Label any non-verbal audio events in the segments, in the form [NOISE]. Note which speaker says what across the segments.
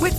Speaker 1: With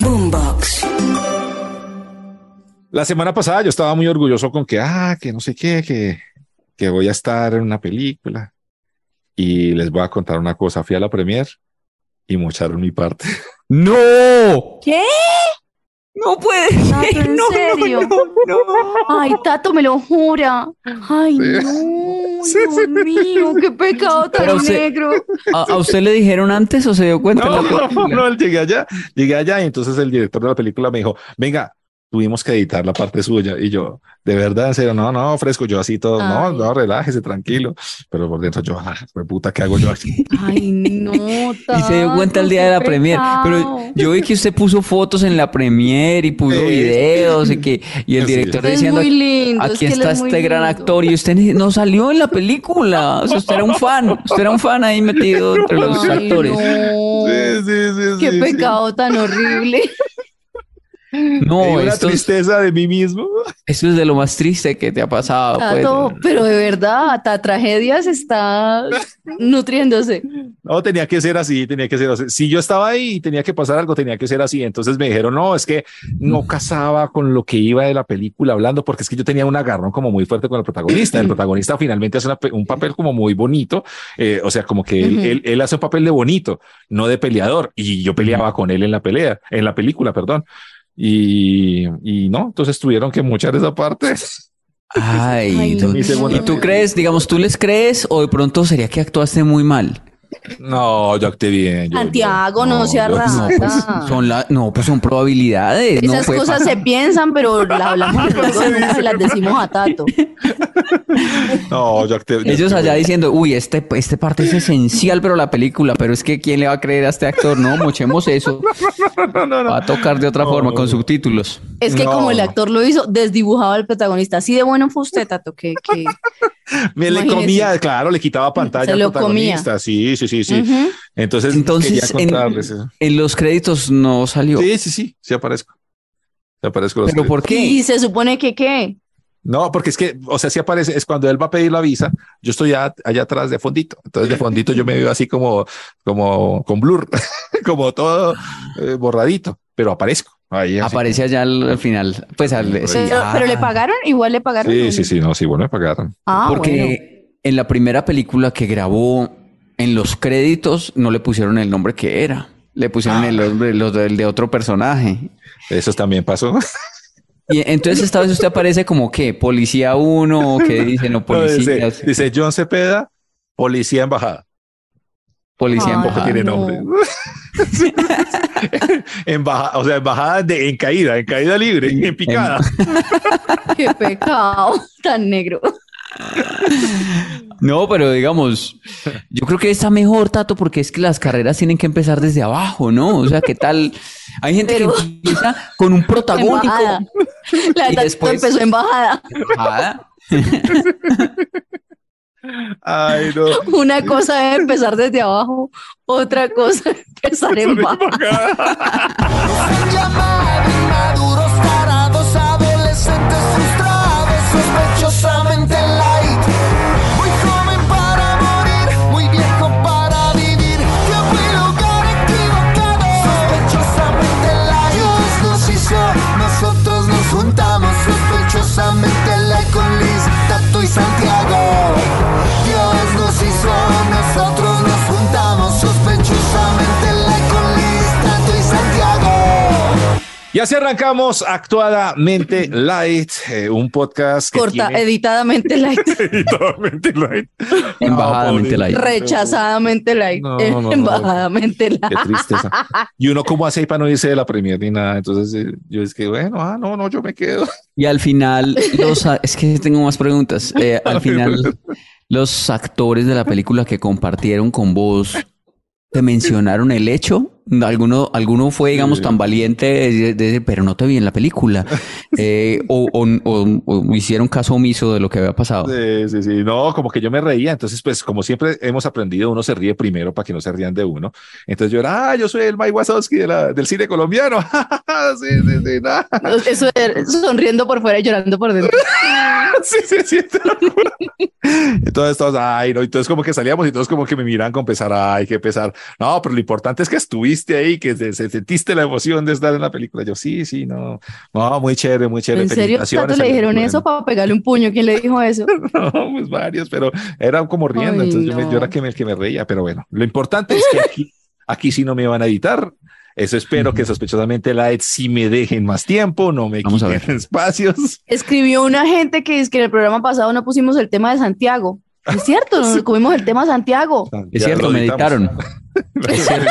Speaker 2: Boombox.
Speaker 3: La semana pasada yo estaba muy orgulloso con que, ah, que no sé qué, que, que voy a estar en una película. Y les voy a contar una cosa. Fui a la premier y mocharon mi parte. [LAUGHS]
Speaker 4: ¡No!
Speaker 5: ¿Qué?
Speaker 2: No puede ser.
Speaker 5: ¿en
Speaker 2: [LAUGHS] no, no,
Speaker 5: serio?
Speaker 2: no, no.
Speaker 5: Ay, Tato me lo jura. Ay, no, Dios mío, qué pecado tan
Speaker 4: Pero se-
Speaker 5: negro.
Speaker 4: ¿A, a usted le dijeron antes o se dio cuenta? en la
Speaker 3: No, no,
Speaker 4: película?
Speaker 3: no, llegué allá, llegué allá y entonces el director de la película me dijo, venga, tuvimos que editar la parte suya y yo, de verdad, en serio, no, no, fresco, yo así todo, no,
Speaker 5: Ay.
Speaker 3: no, relájese, tranquilo, pero por dentro yo, ah, fue puta, ¿qué hago yo
Speaker 5: [LAUGHS]
Speaker 3: aquí?
Speaker 5: Ay, no, Tato.
Speaker 4: [LAUGHS] Y se dio cuenta el día de la
Speaker 5: qué
Speaker 4: premier. Pero
Speaker 5: pecado.
Speaker 4: yo vi que usted puso fotos en la premier y puso
Speaker 3: Sí.
Speaker 4: videos y que y el
Speaker 3: Sí.
Speaker 4: director
Speaker 5: Él es
Speaker 4: diciendo
Speaker 5: muy lindo, es
Speaker 4: aquí
Speaker 5: que él
Speaker 4: está
Speaker 5: es muy
Speaker 4: este gran
Speaker 5: lindo".
Speaker 4: actor y usted ni- no salió en la película. O sea, usted era un fan, usted era un fan ahí metido entre los
Speaker 5: Ay,
Speaker 4: actores.
Speaker 5: no,
Speaker 3: Sí, sí, sí,
Speaker 5: Qué
Speaker 3: sí, sí.
Speaker 5: pecado tan
Speaker 4: [LAUGHS]
Speaker 5: horrible.
Speaker 3: Me dio
Speaker 4: No,
Speaker 3: una
Speaker 4: esto, es-
Speaker 3: tristeza de mí mismo.
Speaker 4: esto es de lo más triste que te ha pasado. pues.
Speaker 5: Tato, pero de verdad, hasta tragedias está nutriéndose.
Speaker 3: No, tenía que ser así, tenía que ser así. Si yo estaba ahí y tenía que pasar algo, tenía que ser así. Entonces me dijeron, no, es que no casaba con lo que iba de la película hablando, porque es que yo tenía un agarrón como muy fuerte con el protagonista. El protagonista finalmente hace una pe- un papel como muy bonito, eh, o sea, como que él,
Speaker 5: Ujú.
Speaker 3: él- él hace un papel de bonito, no de peleador. Y yo peleaba con él en la pelea, en la película, perdón. Y, y no, entonces tuvieron que mochar esa parte.
Speaker 4: Ay,
Speaker 5: Ay,
Speaker 4: Dios.
Speaker 3: Mi segunda
Speaker 4: ¿Y tú
Speaker 3: película.
Speaker 4: crees, digamos, tú les crees o de pronto sería que actuaste muy mal?
Speaker 3: No, yo acté bien. yo- yo-
Speaker 5: Santiago, no sea
Speaker 3: yo-
Speaker 5: raro.
Speaker 4: No, pues
Speaker 5: Ah.
Speaker 4: son, la, no, pues son probabilidades. no
Speaker 5: Esas
Speaker 4: puede
Speaker 5: cosas
Speaker 4: pasar.
Speaker 5: se piensan, pero
Speaker 2: [LAUGHS]
Speaker 5: las hablamos luego, nunca se las decimos a Tato.
Speaker 3: No, yo acté yo
Speaker 4: Ellos
Speaker 3: acté
Speaker 4: allá
Speaker 3: bien.
Speaker 4: diciendo, uy, este, este parte es esencial, pero la película, pero es que ¿quién le va a creer a este actor? No, mochemos eso. Va a tocar de otra
Speaker 3: No,
Speaker 4: forma,
Speaker 3: no,
Speaker 4: con
Speaker 3: no.
Speaker 4: subtítulos.
Speaker 5: Es que
Speaker 3: No.
Speaker 5: como el actor lo hizo, desdibujaba al protagonista. Así de bueno fue usted, Tato, que,
Speaker 3: [LAUGHS]
Speaker 5: que
Speaker 3: Me le
Speaker 5: Imagínese.
Speaker 3: comía, claro, le quitaba pantalla
Speaker 5: Se
Speaker 3: al
Speaker 5: lo
Speaker 3: protagonista. Sí, sí, sí, sí.
Speaker 5: Ujú.
Speaker 3: Entonces,
Speaker 4: Entonces,
Speaker 3: quería
Speaker 4: en,
Speaker 3: contarles eso.
Speaker 4: en los créditos no salió.
Speaker 3: Sí, sí, sí, sí aparezco. Sí aparezco los
Speaker 4: ¿Pero
Speaker 3: tres.
Speaker 4: por
Speaker 5: Y
Speaker 4: qué?
Speaker 5: se supone que qué.
Speaker 3: No, porque es que, o sea, sí aparece, es cuando él va a pedir la visa, yo estoy a- allá atrás de fondito. Entonces, de fondito yo me veo así como, como con blur, [LAUGHS] como todo eh, borradito, pero aparezco. Ahí así.
Speaker 4: Aparece allá al, al final. Pues al, sí,
Speaker 5: Pero,
Speaker 4: ah,
Speaker 5: pero le pagaron, igual le pagaron.
Speaker 3: Sí, sí, sí, no, sí, bueno, me pagaron.
Speaker 5: Ah, bueno.
Speaker 4: Porque en la primera película que grabó, en los créditos no le pusieron el nombre que era. Le pusieron
Speaker 3: Ah.
Speaker 4: el nombre los de- el de otro personaje.
Speaker 3: Eso también pasó. [LAUGHS]
Speaker 4: Y entonces esta vez usted aparece como que policía uno o que dice no policía,
Speaker 3: dice, dice John Cepeda, policía embajada.
Speaker 4: policía
Speaker 5: Ay,
Speaker 3: Tampoco
Speaker 4: embajada.
Speaker 3: tiene
Speaker 5: no.
Speaker 3: nombre. [LAUGHS] Embajada, o sea, embajada de, en caída, en caída libre, en picada.
Speaker 5: Qué pecado [LAUGHS] tan negro.
Speaker 4: No, pero digamos, yo creo que está mejor, Tato, porque es que las carreras tienen que empezar desde abajo, ¿no? O sea, ¿qué tal? Hay gente
Speaker 5: Pero-
Speaker 4: que empieza con un protagónico.
Speaker 3: [LAUGHS]
Speaker 5: Embajada. La
Speaker 4: Y
Speaker 5: Tato
Speaker 4: después-
Speaker 5: empezó embajada.
Speaker 4: Embajada.
Speaker 3: Ay, no.
Speaker 5: Una cosa es empezar desde abajo, otra cosa es empezar embajada.
Speaker 6: llamar inmaduros, tarados, adolescentes frustrados, sospechosamente light. Muy joven para morir, muy viejo para vivir. Tiempo y lugar equivocado, sospechosamente light. Dios nos hizo, nosotros nos juntamos, sospechosamente light con Liz, Tato y Santiago. Dios nos hizo, nosotros nos juntamos, sospechosamente light con Liz, Tato y Santiago.
Speaker 3: Y así arrancamos Actuadamente Light, eh, un podcast que
Speaker 5: Corta,
Speaker 3: tiene-
Speaker 5: editadamente light,
Speaker 3: [LAUGHS] Actuadamente Light.
Speaker 4: Embajadamente
Speaker 3: No,
Speaker 4: light.
Speaker 5: rechazadamente light,
Speaker 3: No, no, no.
Speaker 5: embajadamente
Speaker 3: Qué
Speaker 5: light.
Speaker 3: tristeza. Y uno cómo hace para no irse de la premier ni nada. Entonces eh, yo es que, bueno, ah, no, no, yo me quedo.
Speaker 4: Y al final, los a- es que tengo más preguntas.
Speaker 3: [LAUGHS]
Speaker 4: Eh,
Speaker 3: pues.
Speaker 4: al final, los actores de la película que compartieron con vos ¿Te mencionaron el hecho? ¿Alguno, alguno fue, digamos, tan valiente de, de decir, pero no te vi en
Speaker 3: [LAUGHS]
Speaker 4: la película? Eh, o, o- o- o hicieron caso omiso de lo que había pasado?
Speaker 3: [LAUGHS] Sí, sí, sí. No, como que yo me reía. Entonces, pues, como siempre hemos aprendido, uno se ríe primero para que no se rían de uno. Entonces yo era, ah, yo soy el Mike Wazowski de la- del cine colombiano. [LAUGHS] sí, sí, sí, nah.
Speaker 5: [LAUGHS] Eso de sonriendo por fuera y llorando por dentro.
Speaker 3: [LAUGHS] sí, sí, sí. te lo juro. Entonces todos, ay, no. Entonces como que salíamos y todos como que me miran con pesar, ay, qué pesar. No, pero lo importante es que estuviste ahí, que se, se- sentiste la emoción de estar en la película. Yo, sí, sí, no. No, muy chévere, muy chévere.
Speaker 5: ¿En serio? ¿Tanto
Speaker 3: Felicitaciones,
Speaker 5: le
Speaker 3: Ariel
Speaker 5: dijeron
Speaker 3: Moreno.
Speaker 5: eso para pegarle un puño? ¿Quién le dijo eso?
Speaker 3: [LAUGHS] No, pues varios, pero era como riendo,
Speaker 5: Ay,
Speaker 3: entonces yo, me- yo era
Speaker 5: no.
Speaker 3: que me, que me reía, pero bueno, lo importante es que
Speaker 4: [LAUGHS]
Speaker 3: aquí, aquí sí no me van a editar. Eso espero que sospechosamente la ed sí me dejen más tiempo, no me
Speaker 4: Vamos a
Speaker 3: quiten [LAUGHS] espacios.
Speaker 5: Escribió una gente que dice que en el programa pasado no pusimos el tema de Santiago. Es cierto, no nos comimos el tema de Santiago.
Speaker 4: Es
Speaker 3: Ya
Speaker 4: cierto,
Speaker 3: lo
Speaker 4: me
Speaker 3: editamos. [LAUGHS]
Speaker 4: editaron. [LAUGHS] Es cierto.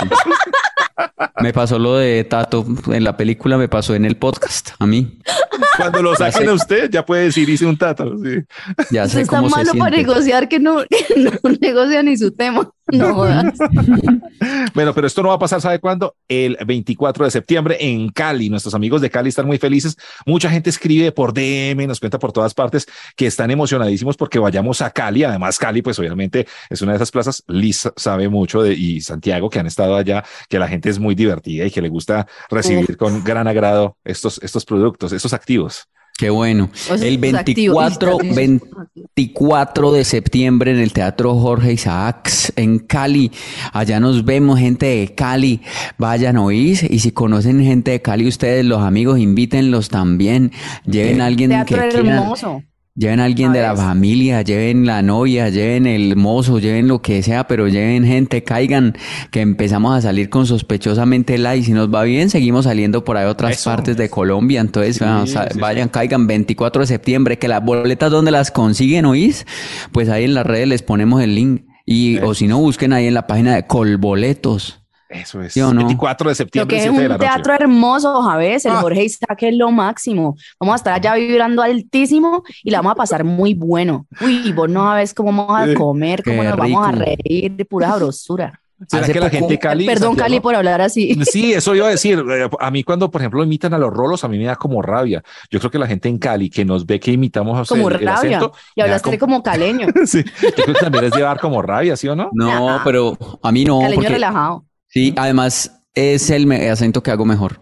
Speaker 4: Me pasó lo de Tato en la película, me pasó en el podcast, a mí.
Speaker 3: Cuando
Speaker 4: [LAUGHS]
Speaker 3: lo saquen
Speaker 4: sé.
Speaker 3: a usted, ya puede decir, hice un tátaro. sí.
Speaker 4: Ya
Speaker 5: Usted
Speaker 4: sé
Speaker 5: está
Speaker 4: cómo se
Speaker 5: malo para
Speaker 4: siente.
Speaker 5: negociar que no, [LAUGHS] que no negocia ni su tema. No jodas.
Speaker 3: Bueno, pero esto no va a pasar, ¿sabe cuándo? El 24 de septiembre en Cali. Nuestros amigos de Cali están muy felices. Mucha gente escribe por DM, nos cuenta por todas partes que están emocionadísimos porque vayamos a Cali. Además, Cali, pues obviamente es una de esas plazas. Liz sabe mucho de, y Santiago, que han estado allá, que la gente es muy divertida y que le gusta recibir con gran agrado estos, estos productos, estos activos.
Speaker 4: Qué bueno.
Speaker 5: O sea,
Speaker 4: El
Speaker 5: sus
Speaker 4: 24,
Speaker 5: activistas,
Speaker 4: 24 de septiembre en el Teatro Jorge Isaacs en Cali. Allá nos vemos, gente de Cali. Vayan, oís. Y si conocen gente de Cali, ustedes, los amigos, invítenlos también. Lleven a alguien
Speaker 5: Teatro
Speaker 4: que quieran.
Speaker 5: hermoso.
Speaker 4: Lleven a alguien de la familia, lleven la novia, lleven el mozo, lleven lo que sea, pero lleven gente, caigan, que empezamos a salir con sospechosamente la y si nos va bien, seguimos saliendo por ahí a otras
Speaker 3: Eso.
Speaker 4: partes de Colombia. Entonces, ah, sa- vayan, caigan 24 de septiembre, que las boletas donde las consiguen, ¿oís? Pues ahí en las redes les ponemos el link. Y, o si no, busquen ahí en la página de Colboletos.
Speaker 3: Eso es.
Speaker 4: ¿Sí o no?
Speaker 3: 24 de
Speaker 5: Lo
Speaker 3: septiembre,
Speaker 5: que es
Speaker 3: 7 de la
Speaker 5: un
Speaker 3: noche.
Speaker 5: teatro hermoso, Javés. El
Speaker 3: Ah.
Speaker 5: Jorge Isaac es lo máximo. Vamos a estar allá vibrando altísimo y la vamos a pasar muy bueno. Uy, vos no sabes cómo vamos a
Speaker 3: Eh,
Speaker 5: comer, cómo
Speaker 4: qué
Speaker 5: nos vamos a
Speaker 4: rico.
Speaker 5: reír de pura sabrosura.
Speaker 3: ¿Será
Speaker 4: Hace
Speaker 3: que la
Speaker 4: poco-
Speaker 3: gente de Cali?
Speaker 5: Perdón,
Speaker 3: Santiago?
Speaker 5: Cali, por hablar así.
Speaker 3: Sí, eso iba a decir. Eh, A mí cuando, por ejemplo, imitan a los rolos, a mí me da como rabia. Yo creo que la gente en Cali que nos ve que imitamos a usted
Speaker 5: Como
Speaker 3: el, el
Speaker 5: rabia. [LAUGHS]
Speaker 3: acento,
Speaker 5: Y
Speaker 3: me da
Speaker 5: hablaste
Speaker 3: como...
Speaker 5: como
Speaker 4: [LAUGHS]
Speaker 5: caleño.
Speaker 3: Sí, yo creo que también es llevar como rabia, ¿sí o no?
Speaker 4: No,
Speaker 5: Nah.
Speaker 4: pero a mí no,
Speaker 5: caleño
Speaker 4: porque
Speaker 5: relajado.
Speaker 4: sí, además es el me- acento que hago mejor.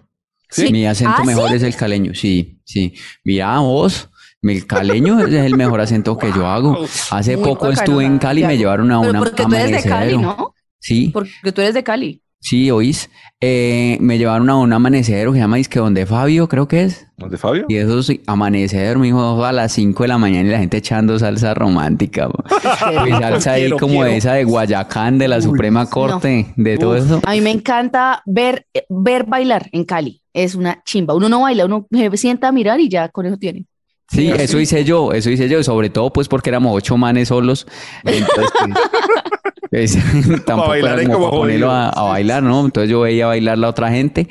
Speaker 5: Sí.
Speaker 4: Mi acento
Speaker 5: ¿Ah,
Speaker 4: mejor es el caleño, sí, sí. Mira vos, el caleño es el mejor acento que yo hago. Hace
Speaker 5: Muy
Speaker 4: poco
Speaker 5: bacano,
Speaker 4: estuve en Cali y me
Speaker 5: Santiago.
Speaker 4: llevaron a
Speaker 5: Pero
Speaker 4: una
Speaker 5: porque tú eres de Cali,
Speaker 4: amanecero.
Speaker 5: ¿no?
Speaker 4: Sí,
Speaker 5: Porque tú eres de Cali.
Speaker 4: sí, oís. Eh, me llevaron a un amanecero que se llama Disque Donde Fabio, creo que es.
Speaker 3: ¿Los de Fabio?
Speaker 4: Y eso sí, amanecer, mijo, a las 5 de la mañana y la gente echando salsa
Speaker 3: [LAUGHS]
Speaker 4: romántica. po. Y salsa ahí
Speaker 3: Quiero,
Speaker 4: como
Speaker 3: quiero.
Speaker 4: esa de Guayacán, de la Suprema Corte, de todo eso.
Speaker 5: A mí me encanta ver, eh, ver bailar en Cali. Es una chimba. Uno no baila, uno se sienta a mirar y ya con eso tiene.
Speaker 4: Sí, eso hice yo, eso hice yo, sobre todo pues porque éramos ocho manes solos. Entonces,
Speaker 3: [LAUGHS]
Speaker 4: pues, es- [LAUGHS] tampoco
Speaker 3: bailar
Speaker 4: era
Speaker 3: es
Speaker 4: como
Speaker 3: como
Speaker 4: para ponerlo a,
Speaker 3: jodido.
Speaker 4: a bailar, ¿no? Entonces yo veía bailar la otra gente.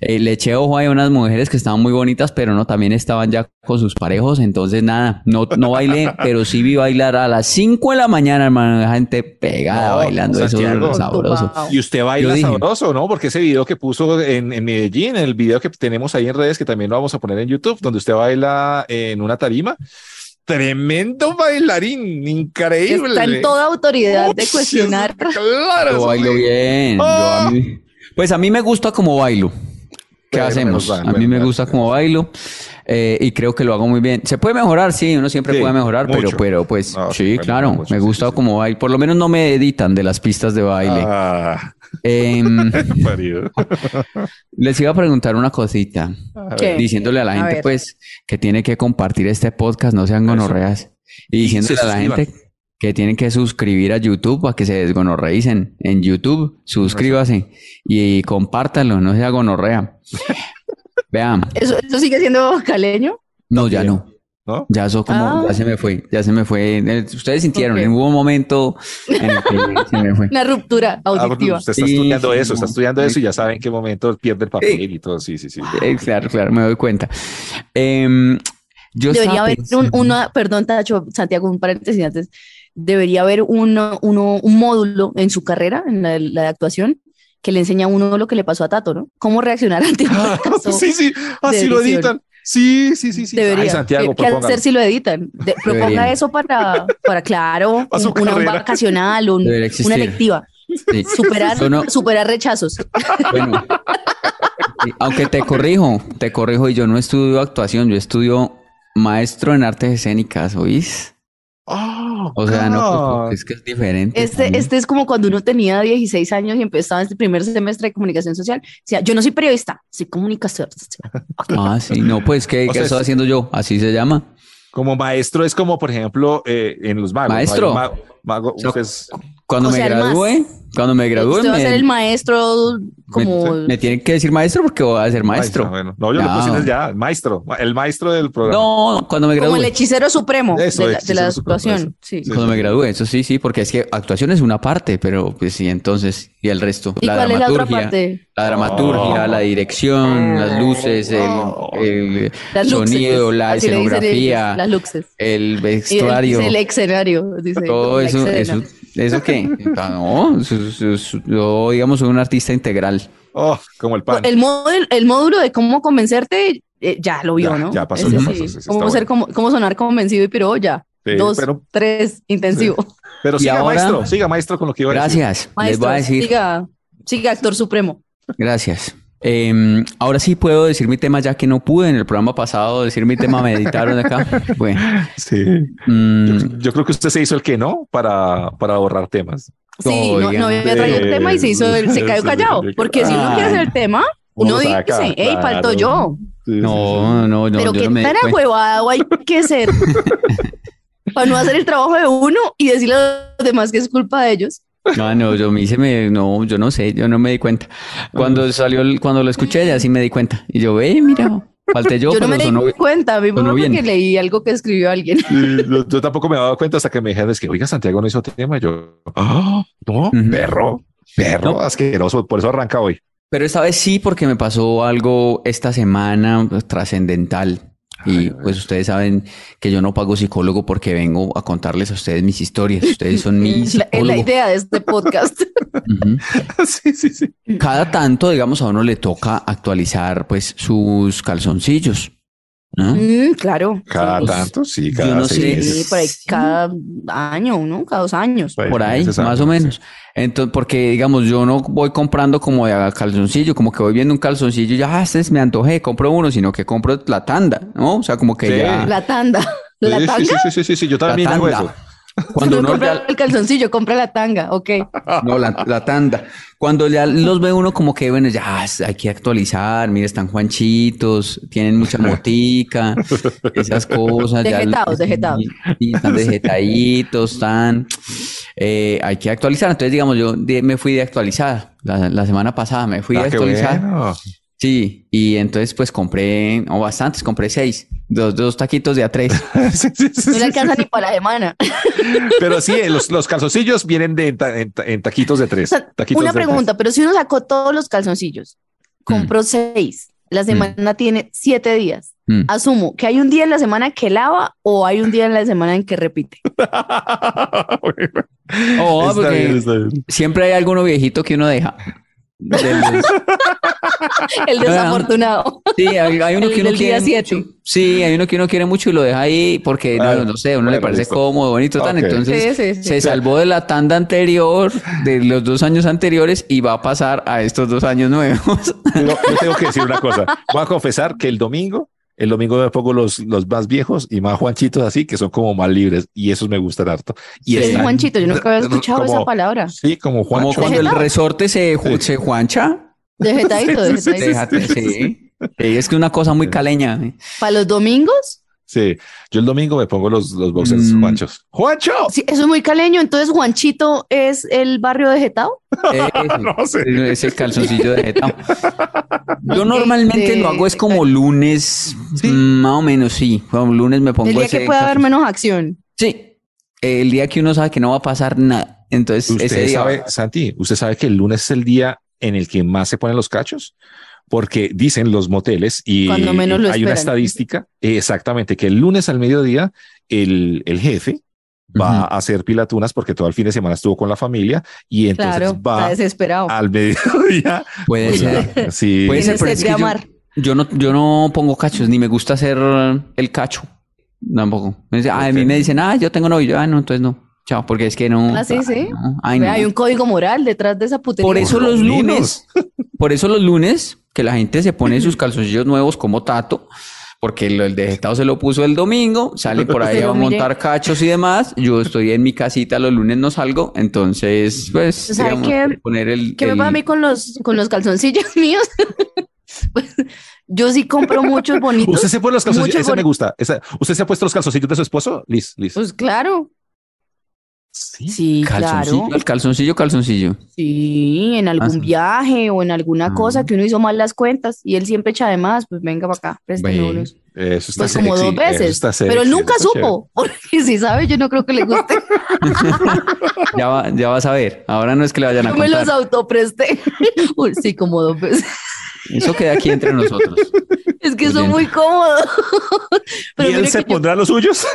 Speaker 4: Eh, le eché ojo a unas mujeres que estaban muy bonitas, pero no, también estaban ya con sus parejos. Entonces nada, no, no bailé, pero sí vi bailar a las cinco de la mañana, hermano, la gente pegada
Speaker 3: No,
Speaker 4: bailando, eso
Speaker 3: Santiago.
Speaker 4: es sabroso.
Speaker 5: Tumbao.
Speaker 3: Y usted baila
Speaker 4: Yo dije-
Speaker 3: sabroso, ¿no? Porque ese video que puso en, en Medellín, el video que tenemos ahí en redes, que también lo vamos a poner en YouTube, donde usted baila en una tarima. Tremendo bailarín, increíble.
Speaker 5: Está en toda autoridad de
Speaker 3: Uy,
Speaker 5: cuestionar. [LAUGHS]
Speaker 3: eso- Claro,
Speaker 4: Yo
Speaker 3: eso-
Speaker 4: bailo bien. yo a
Speaker 3: ¡Ah!
Speaker 4: mí- pues a mí me gusta como bailo. ¿Qué
Speaker 3: Bueno, menos
Speaker 4: hacemos?
Speaker 3: mal,
Speaker 4: a mí
Speaker 3: bueno,
Speaker 4: me
Speaker 3: claro,
Speaker 4: gusta como bailo eh, y creo que lo hago muy bien. Se puede mejorar, sí, uno siempre
Speaker 3: Sí,
Speaker 4: puede mejorar, pero,
Speaker 3: mucho.
Speaker 4: pero pues
Speaker 3: No, se
Speaker 4: sí,
Speaker 3: puede
Speaker 4: claro,
Speaker 3: mejorar mucho,
Speaker 4: me
Speaker 3: sí,
Speaker 4: gusta
Speaker 3: sí, sí.
Speaker 4: como bailo. Por lo menos no me editan de las pistas de baile.
Speaker 3: Ah,
Speaker 4: Em, [LAUGHS]
Speaker 3: parido.
Speaker 4: les iba a preguntar una cosita,
Speaker 5: ¿Qué?
Speaker 4: diciéndole a la
Speaker 5: A
Speaker 4: gente
Speaker 5: ver.
Speaker 4: pues que tiene que compartir este podcast, no sean gonorreas, y diciéndole a la
Speaker 3: suscriban.
Speaker 4: gente que tienen que suscribir a YouTube para que se desgonorreicen en YouTube, suscríbase y compártanlo, no
Speaker 5: [LAUGHS]
Speaker 4: sea gonorrea. Vean,
Speaker 5: ¿Eso, eso sigue siendo caleño?
Speaker 4: no, ya no.
Speaker 3: ¿No?
Speaker 4: Ya eso como,
Speaker 5: Ah.
Speaker 4: ya se me fue, ya se me fue. Eh, Ustedes sintieron,
Speaker 5: Ok.
Speaker 4: hubo un momento en el que [LAUGHS] se me fue.
Speaker 5: Una ruptura
Speaker 3: Ah, porque
Speaker 5: auditiva.
Speaker 3: usted está
Speaker 4: Sí,
Speaker 3: estudiando eso,
Speaker 4: no.
Speaker 3: está estudiando eso y ya sabe en qué momento pierde el papel y todo. Sí, sí, sí.
Speaker 4: Eh, claro, claro, me doy cuenta. Em, Yo
Speaker 5: debería
Speaker 4: estaba
Speaker 5: haber un,
Speaker 4: pensando-
Speaker 5: una, perdón, Tacho, Santiago, un paréntesis antes. Debería haber uno, uno, un módulo en su carrera, en la, la de actuación, que le enseña a uno lo que le pasó a Tato, ¿no? Cómo reaccionar
Speaker 3: [LAUGHS]
Speaker 5: ante un fracaso.
Speaker 3: Ah, sí, sí, así
Speaker 5: de
Speaker 3: lo
Speaker 5: edición.
Speaker 3: editan. Sí, sí, sí, sí. Ay,
Speaker 5: Debería.
Speaker 3: Santiago,
Speaker 5: ¿Qué- ¿Qué,
Speaker 3: propóngalo.
Speaker 5: hacer si lo editan?
Speaker 3: [LAUGHS]
Speaker 5: De- proponga
Speaker 4: Debería.
Speaker 5: eso para, para claro,
Speaker 3: Para su
Speaker 5: un- una, un
Speaker 3: carrera.
Speaker 5: vacacional, un-
Speaker 4: Debería
Speaker 5: una
Speaker 4: existir.
Speaker 5: electiva.
Speaker 4: Sí.
Speaker 5: Superar,
Speaker 4: Yo no-
Speaker 5: superar rechazos.
Speaker 4: Bueno, sí, aunque te corrijo, te corrijo, y yo no estudio actuación, yo estudio maestro en artes escénicas, ¿oís?
Speaker 3: Oh,
Speaker 4: O sea, no,
Speaker 3: God.
Speaker 4: pues, es que es diferente.
Speaker 5: Este,
Speaker 4: también.
Speaker 5: este es como cuando uno tenía 16 años y empezaba este primer semestre de comunicación social. O sea, yo no soy periodista, soy comunicador.
Speaker 4: Ah, sí, no, pues,
Speaker 3: [LAUGHS] O
Speaker 4: ¿qué, qué
Speaker 3: sea,
Speaker 4: estoy
Speaker 3: es-
Speaker 4: haciendo yo? Así se llama.
Speaker 3: Como maestro es como, por ejemplo, eh, en los magos.
Speaker 4: Maestro.
Speaker 3: Hay un Mago, mago,
Speaker 4: O sea,
Speaker 3: usted es-
Speaker 4: Cuando
Speaker 5: O
Speaker 4: me
Speaker 5: sea, el más.
Speaker 4: gradué, cuando me gradué,
Speaker 5: Usted va a ser
Speaker 4: me,
Speaker 5: el maestro como...
Speaker 4: me- me tienen que decir maestro porque voy a ser maestro.
Speaker 3: bueno. No, yo le
Speaker 4: No.
Speaker 3: puse es ya, maestro, el maestro del programa.
Speaker 4: No, cuando me
Speaker 5: Como el
Speaker 4: gradué.
Speaker 5: hechicero supremo
Speaker 3: Eso,
Speaker 5: de la,
Speaker 3: hechicero
Speaker 5: de la
Speaker 3: supremo,
Speaker 5: actuación. Sí.
Speaker 3: Sí.
Speaker 4: Cuando me gradué, eso sí, sí, porque es que actuación es una parte, pero pues sí, entonces, y el resto.
Speaker 5: ¿Y cuál es la otra parte?
Speaker 4: La dramaturgia, la dirección, las luces, el, el
Speaker 5: Mm. Oh. Las luxes.
Speaker 4: sonido, la
Speaker 5: Así le dicen ellos,
Speaker 4: escenografía,
Speaker 5: las luxes.
Speaker 4: el
Speaker 5: Y él
Speaker 4: vestuario,
Speaker 5: dice el escenario. dice,
Speaker 4: todo
Speaker 5: la
Speaker 4: eso,
Speaker 5: escena.
Speaker 4: eso, ¿eso qué? Ah, [LAUGHS] No, su- su- su- yo, digamos, soy un artista integral.
Speaker 3: Oh, como el pan.
Speaker 5: Pues, El módulo, el módulo de cómo convencerte, eh, ya lo vio,
Speaker 3: Ya,
Speaker 5: ¿no?
Speaker 3: ya pasó,
Speaker 5: Ese
Speaker 3: ya
Speaker 5: sí.
Speaker 3: pasó, sí, sí,
Speaker 5: cómo,
Speaker 3: está
Speaker 5: ser, cómo, cómo sonar convencido y pero oh, ya.
Speaker 3: Sí,
Speaker 5: Dos,
Speaker 3: pero-
Speaker 5: tres, intensivo.
Speaker 3: Pero
Speaker 4: Y
Speaker 3: siga,
Speaker 4: ahora-
Speaker 3: maestro, siga, maestro, con lo que iba a decir.
Speaker 4: Gracias, les
Speaker 5: Maestro,
Speaker 4: voy a decir,
Speaker 5: siga, siga, actor supremo.
Speaker 4: gracias. Em, ahora sí puedo decir mi tema, ya que no pude en el programa pasado decir mi tema, meditaron
Speaker 5: [LAUGHS]
Speaker 4: acá. Bueno,
Speaker 3: Sí.
Speaker 4: mm,
Speaker 3: Yo creo que usted se hizo el que no para, para ahorrar temas.
Speaker 5: Sí, no, no había
Speaker 4: Oigan.
Speaker 5: traído el tema y se hizo, el- se cayó
Speaker 3: Sí,
Speaker 5: callado.
Speaker 3: sí, sí,
Speaker 5: Porque si uno
Speaker 4: claro.
Speaker 5: quiere hacer el tema, uno
Speaker 3: Uno
Speaker 5: dice,
Speaker 3: saca,
Speaker 5: hey, faltó
Speaker 3: claro.
Speaker 5: yo.
Speaker 3: Sí, sí, sí.
Speaker 4: no, no, no,
Speaker 5: pero
Speaker 4: yo
Speaker 5: qué
Speaker 4: no me di
Speaker 5: tan
Speaker 4: cuenta.
Speaker 5: huevado hay que
Speaker 4: [LAUGHS]
Speaker 5: ser para no hacer el trabajo de uno y decirle a los demás que es culpa de ellos.
Speaker 4: No, no, yo me hice, me, no, yo no sé, yo no me di cuenta. Cuando salió, el- cuando lo escuché, ya sí me di cuenta. Y yo, ve, mira, falté
Speaker 5: [LAUGHS]
Speaker 4: yo,
Speaker 5: Yo no
Speaker 4: pero
Speaker 5: me di
Speaker 4: sonó-
Speaker 5: cuenta, a mí me
Speaker 4: sonó
Speaker 5: fue
Speaker 4: bien.
Speaker 5: porque leí algo que escribió
Speaker 4: [LAUGHS]
Speaker 5: alguien.
Speaker 3: Sí, yo, yo tampoco me daba cuenta hasta que me dijeron es que, oiga, Santiago no hizo tema. Yo, ah, no,
Speaker 4: Ujú.
Speaker 3: perro, perro,
Speaker 4: No.
Speaker 3: asqueroso. Por eso arranca
Speaker 4: [LAUGHS]
Speaker 3: hoy.
Speaker 4: Pero esta vez sí, porque me pasó algo esta semana pues, trascendental. Y pues ustedes saben que yo no pago psicólogo porque vengo a contarles a ustedes mis historias.
Speaker 5: [LAUGHS]
Speaker 4: Ustedes son mis
Speaker 5: La- Es la
Speaker 4: psicólogos.
Speaker 5: idea de este podcast.
Speaker 4: Ujú.
Speaker 3: sí, sí, sí.
Speaker 4: Cada tanto, digamos, a uno le toca actualizar pues sus calzoncillos, [LAUGHS] ¿no?
Speaker 5: Mm, claro.
Speaker 3: Cada
Speaker 4: Pues,
Speaker 3: tanto, sí,
Speaker 4: yo
Speaker 3: cada
Speaker 4: no
Speaker 3: seis
Speaker 4: sé.
Speaker 3: meses.
Speaker 5: Sí, por ahí cada año, ¿no? Cada dos años.
Speaker 3: Seis
Speaker 4: Por ahí,
Speaker 3: meses,
Speaker 4: más
Speaker 3: algo,
Speaker 4: o
Speaker 3: sí.
Speaker 4: menos. Entonces, porque digamos, yo no voy comprando como de a calzoncillo, como que voy viendo un calzoncillo y ya, ah, este es- me antojé, compro uno, sino que compro la tanda, ¿no? O sea, como que
Speaker 3: Sí.
Speaker 4: ya.
Speaker 5: La tanda. La
Speaker 3: Sí,
Speaker 5: tanga.
Speaker 3: sí, sí, sí, sí, sí, yo
Speaker 4: la
Speaker 3: también hago
Speaker 4: tanda.
Speaker 3: eso.
Speaker 5: [LAUGHS]
Speaker 4: Cuando
Speaker 5: no
Speaker 4: uno
Speaker 5: compra
Speaker 4: ya-
Speaker 5: el calzoncillo, compra la tanga,
Speaker 4: [LAUGHS]
Speaker 5: ok.
Speaker 4: no, la, la tanda. Cuando ya los ve uno como que, bueno, ya ah, hay que actualizar, mire, están Juanchitos, tienen
Speaker 3: [LAUGHS]
Speaker 4: mucha motica, esas cosas. ya-
Speaker 5: Dejetados, dejetados.
Speaker 4: Sí, están dejetaditos, están... eh, hay que actualizar. Entonces, digamos, yo de- me fui de actualizada. La, la semana pasada me fui de
Speaker 3: Ah, qué
Speaker 4: actualizada.
Speaker 3: bueno.
Speaker 4: [LAUGHS] Sí, y entonces pues compré, o bastantes, compré seis, dos, dos taquitos de a tres.
Speaker 3: Sí, sí, sí,
Speaker 5: No le
Speaker 3: sí, sí.
Speaker 5: alcanza ni para la semana.
Speaker 3: Pero sí, eh, los, los calzoncillos vienen de en, ta- en ta- en taquitos de tres.
Speaker 5: O sea,
Speaker 3: taquitos
Speaker 5: una
Speaker 3: de tres. [LAUGHS]
Speaker 5: pregunta, pero si uno sacó todos los calzoncillos, compró
Speaker 3: Mm.
Speaker 5: seis, la semana tiene siete días.
Speaker 4: Mm.
Speaker 5: Asumo que hay un día en la semana que lava o hay un día en la semana en
Speaker 3: [LAUGHS]
Speaker 5: que repite.
Speaker 4: Oh,
Speaker 3: Está
Speaker 4: porque
Speaker 3: bien, está bien.
Speaker 4: siempre hay alguno viejito que
Speaker 3: [LAUGHS]
Speaker 4: uno deja. De los-
Speaker 5: El
Speaker 4: Ah.
Speaker 3: [LAUGHS]
Speaker 5: desafortunado.
Speaker 4: Sí, hay, hay uno
Speaker 5: El
Speaker 4: que uno
Speaker 5: del día
Speaker 4: quiere
Speaker 5: siete.
Speaker 4: mucho. Sí, hay uno que uno quiere mucho y lo deja ahí porque no,
Speaker 3: Ah,
Speaker 4: no sé, a uno le
Speaker 3: bueno,
Speaker 4: parece
Speaker 3: listo.
Speaker 4: cómodo, bonito, tan.
Speaker 3: Ok.
Speaker 4: Entonces
Speaker 5: Sí, sí, sí.
Speaker 4: se salvó de la tanda anterior, de los dos años anteriores y va a pasar a estos dos
Speaker 3: [LAUGHS]
Speaker 4: años nuevos.
Speaker 3: Pero yo tengo que decir una cosa. Voy a confesar que el domingo, el domingo me pongo los, los más viejos y más Juanchitos así, que son como más libres y esos me gustan harto. Y
Speaker 5: ¿Qué es
Speaker 3: están-
Speaker 5: Juanchito? Yo nunca había escuchado
Speaker 3: como-
Speaker 5: esa
Speaker 3: [LAUGHS]
Speaker 5: palabra.
Speaker 3: Sí, como
Speaker 4: Como
Speaker 3: Juancho.
Speaker 4: cuando el resorte se, ju- se juancha.
Speaker 5: Dejetadito, dejetadito. [LAUGHS]
Speaker 4: Déjate, sí. Sí, Es que una cosa muy
Speaker 3: [LAUGHS]
Speaker 4: caleña. ¿eh?
Speaker 5: Para los domingos,
Speaker 3: Sí, yo el domingo me pongo los, los boxers
Speaker 4: Mm.
Speaker 3: Juanchos. ¡Juancho!
Speaker 5: sí, eso es muy caleño. Entonces, Juanchito es el barrio dejetado.
Speaker 4: Eso,
Speaker 3: No sé.
Speaker 4: Es el Eh, calzoncillo de Getafe. Yo normalmente
Speaker 5: Este,
Speaker 4: lo hago es como lunes,
Speaker 3: Sí.
Speaker 4: mm, más o menos, sí. Como lunes me pongo
Speaker 5: El día
Speaker 4: ese
Speaker 5: que pueda haber
Speaker 4: calzon-
Speaker 5: menos acción.
Speaker 4: Sí. El día que uno sabe que no va a pasar nada. Entonces,
Speaker 3: Usted
Speaker 4: ese día.
Speaker 3: sabe, Santi, usted sabe que el lunes es el día en el que más se ponen los cachos, porque dicen los moteles y
Speaker 5: Cuando menos lo
Speaker 3: hay una
Speaker 5: esperan.
Speaker 3: estadística eh, exactamente que el lunes al mediodía el, el jefe va a hacer pilatunas porque todo el fin de semana estuvo con la familia y entonces
Speaker 5: Claro, está
Speaker 3: va
Speaker 5: desesperado.
Speaker 3: al [LAUGHS] mediododía.
Speaker 4: Puede
Speaker 3: con la- sí.
Speaker 4: Puede ser,
Speaker 5: Tiene
Speaker 4: pero
Speaker 5: sed de
Speaker 4: es que yo-
Speaker 5: amar.
Speaker 4: Yo no, yo no pongo cachos, ni me gusta hacer el cacho. Tampoco. Me dice- A mí me dicen, ah, yo tengo novio. Yo, Ah, no, entonces no. Chao, porque es que no.
Speaker 5: Ah, sí, sí.
Speaker 4: Ay, no. Ay,
Speaker 5: Vea,
Speaker 4: no.
Speaker 5: Hay un código moral detrás de esa putería.
Speaker 4: Por eso
Speaker 3: Por lo
Speaker 4: los
Speaker 3: menos.
Speaker 4: lunes, [LAUGHS] por eso los lunes, que la gente se pone
Speaker 5: [LAUGHS]
Speaker 4: sus calzoncillos nuevos como tato, porque el, el dejetado se lo puso el domingo, sale por ahí
Speaker 5: Se lo
Speaker 4: a
Speaker 5: miré.
Speaker 4: montar cachos y demás. Yo estoy en mi casita, los lunes no salgo, entonces, pues,
Speaker 5: ¿Sabe
Speaker 4: digamos,
Speaker 5: qué?
Speaker 4: poner el.
Speaker 5: ¿Qué me
Speaker 4: el-
Speaker 5: pasa a mí con los, con los calzoncillos [LAUGHS] míos? Pues, yo sí compro muchos bonitos.
Speaker 3: Usted se pone los calzoncillos,
Speaker 5: Mucho
Speaker 3: ese
Speaker 5: por-
Speaker 3: me gusta. esa- ¿Usted se ha puesto los calzoncillos de su esposo? Liz, Liz.
Speaker 5: Pues claro. Sí,
Speaker 4: Calzoncillo,
Speaker 5: claro.
Speaker 4: el calzoncillo, calzoncillo.
Speaker 5: Sí, en algún
Speaker 4: sí.
Speaker 5: viaje o en alguna
Speaker 4: Ah.
Speaker 5: cosa que uno hizo mal las cuentas y él siempre echa de más, pues venga para acá, préstame
Speaker 4: Bueno.
Speaker 5: unos.
Speaker 3: Eso está
Speaker 5: Pues como
Speaker 3: sexy,
Speaker 5: dos veces.
Speaker 3: eso está
Speaker 5: Pero él
Speaker 3: sexy,
Speaker 5: nunca
Speaker 3: eso está
Speaker 5: supo, porque si sabe, yo no creo que le guste.
Speaker 4: Ya, va- ya vas a ver. Ahora no es que le vayan
Speaker 5: [LAUGHS]
Speaker 4: a
Speaker 5: Yo me los
Speaker 4: contar.
Speaker 5: autopresté. [LAUGHS] Uy, sí, como dos veces. [LAUGHS]
Speaker 4: Eso queda aquí entre nosotros.
Speaker 5: Es que son
Speaker 4: Oye.
Speaker 5: muy cómodos. [LAUGHS]
Speaker 3: chévere.
Speaker 5: Pero
Speaker 3: ¿Y él
Speaker 5: mire
Speaker 3: se
Speaker 5: que yo
Speaker 3: pondrá los [LAUGHS] suyos?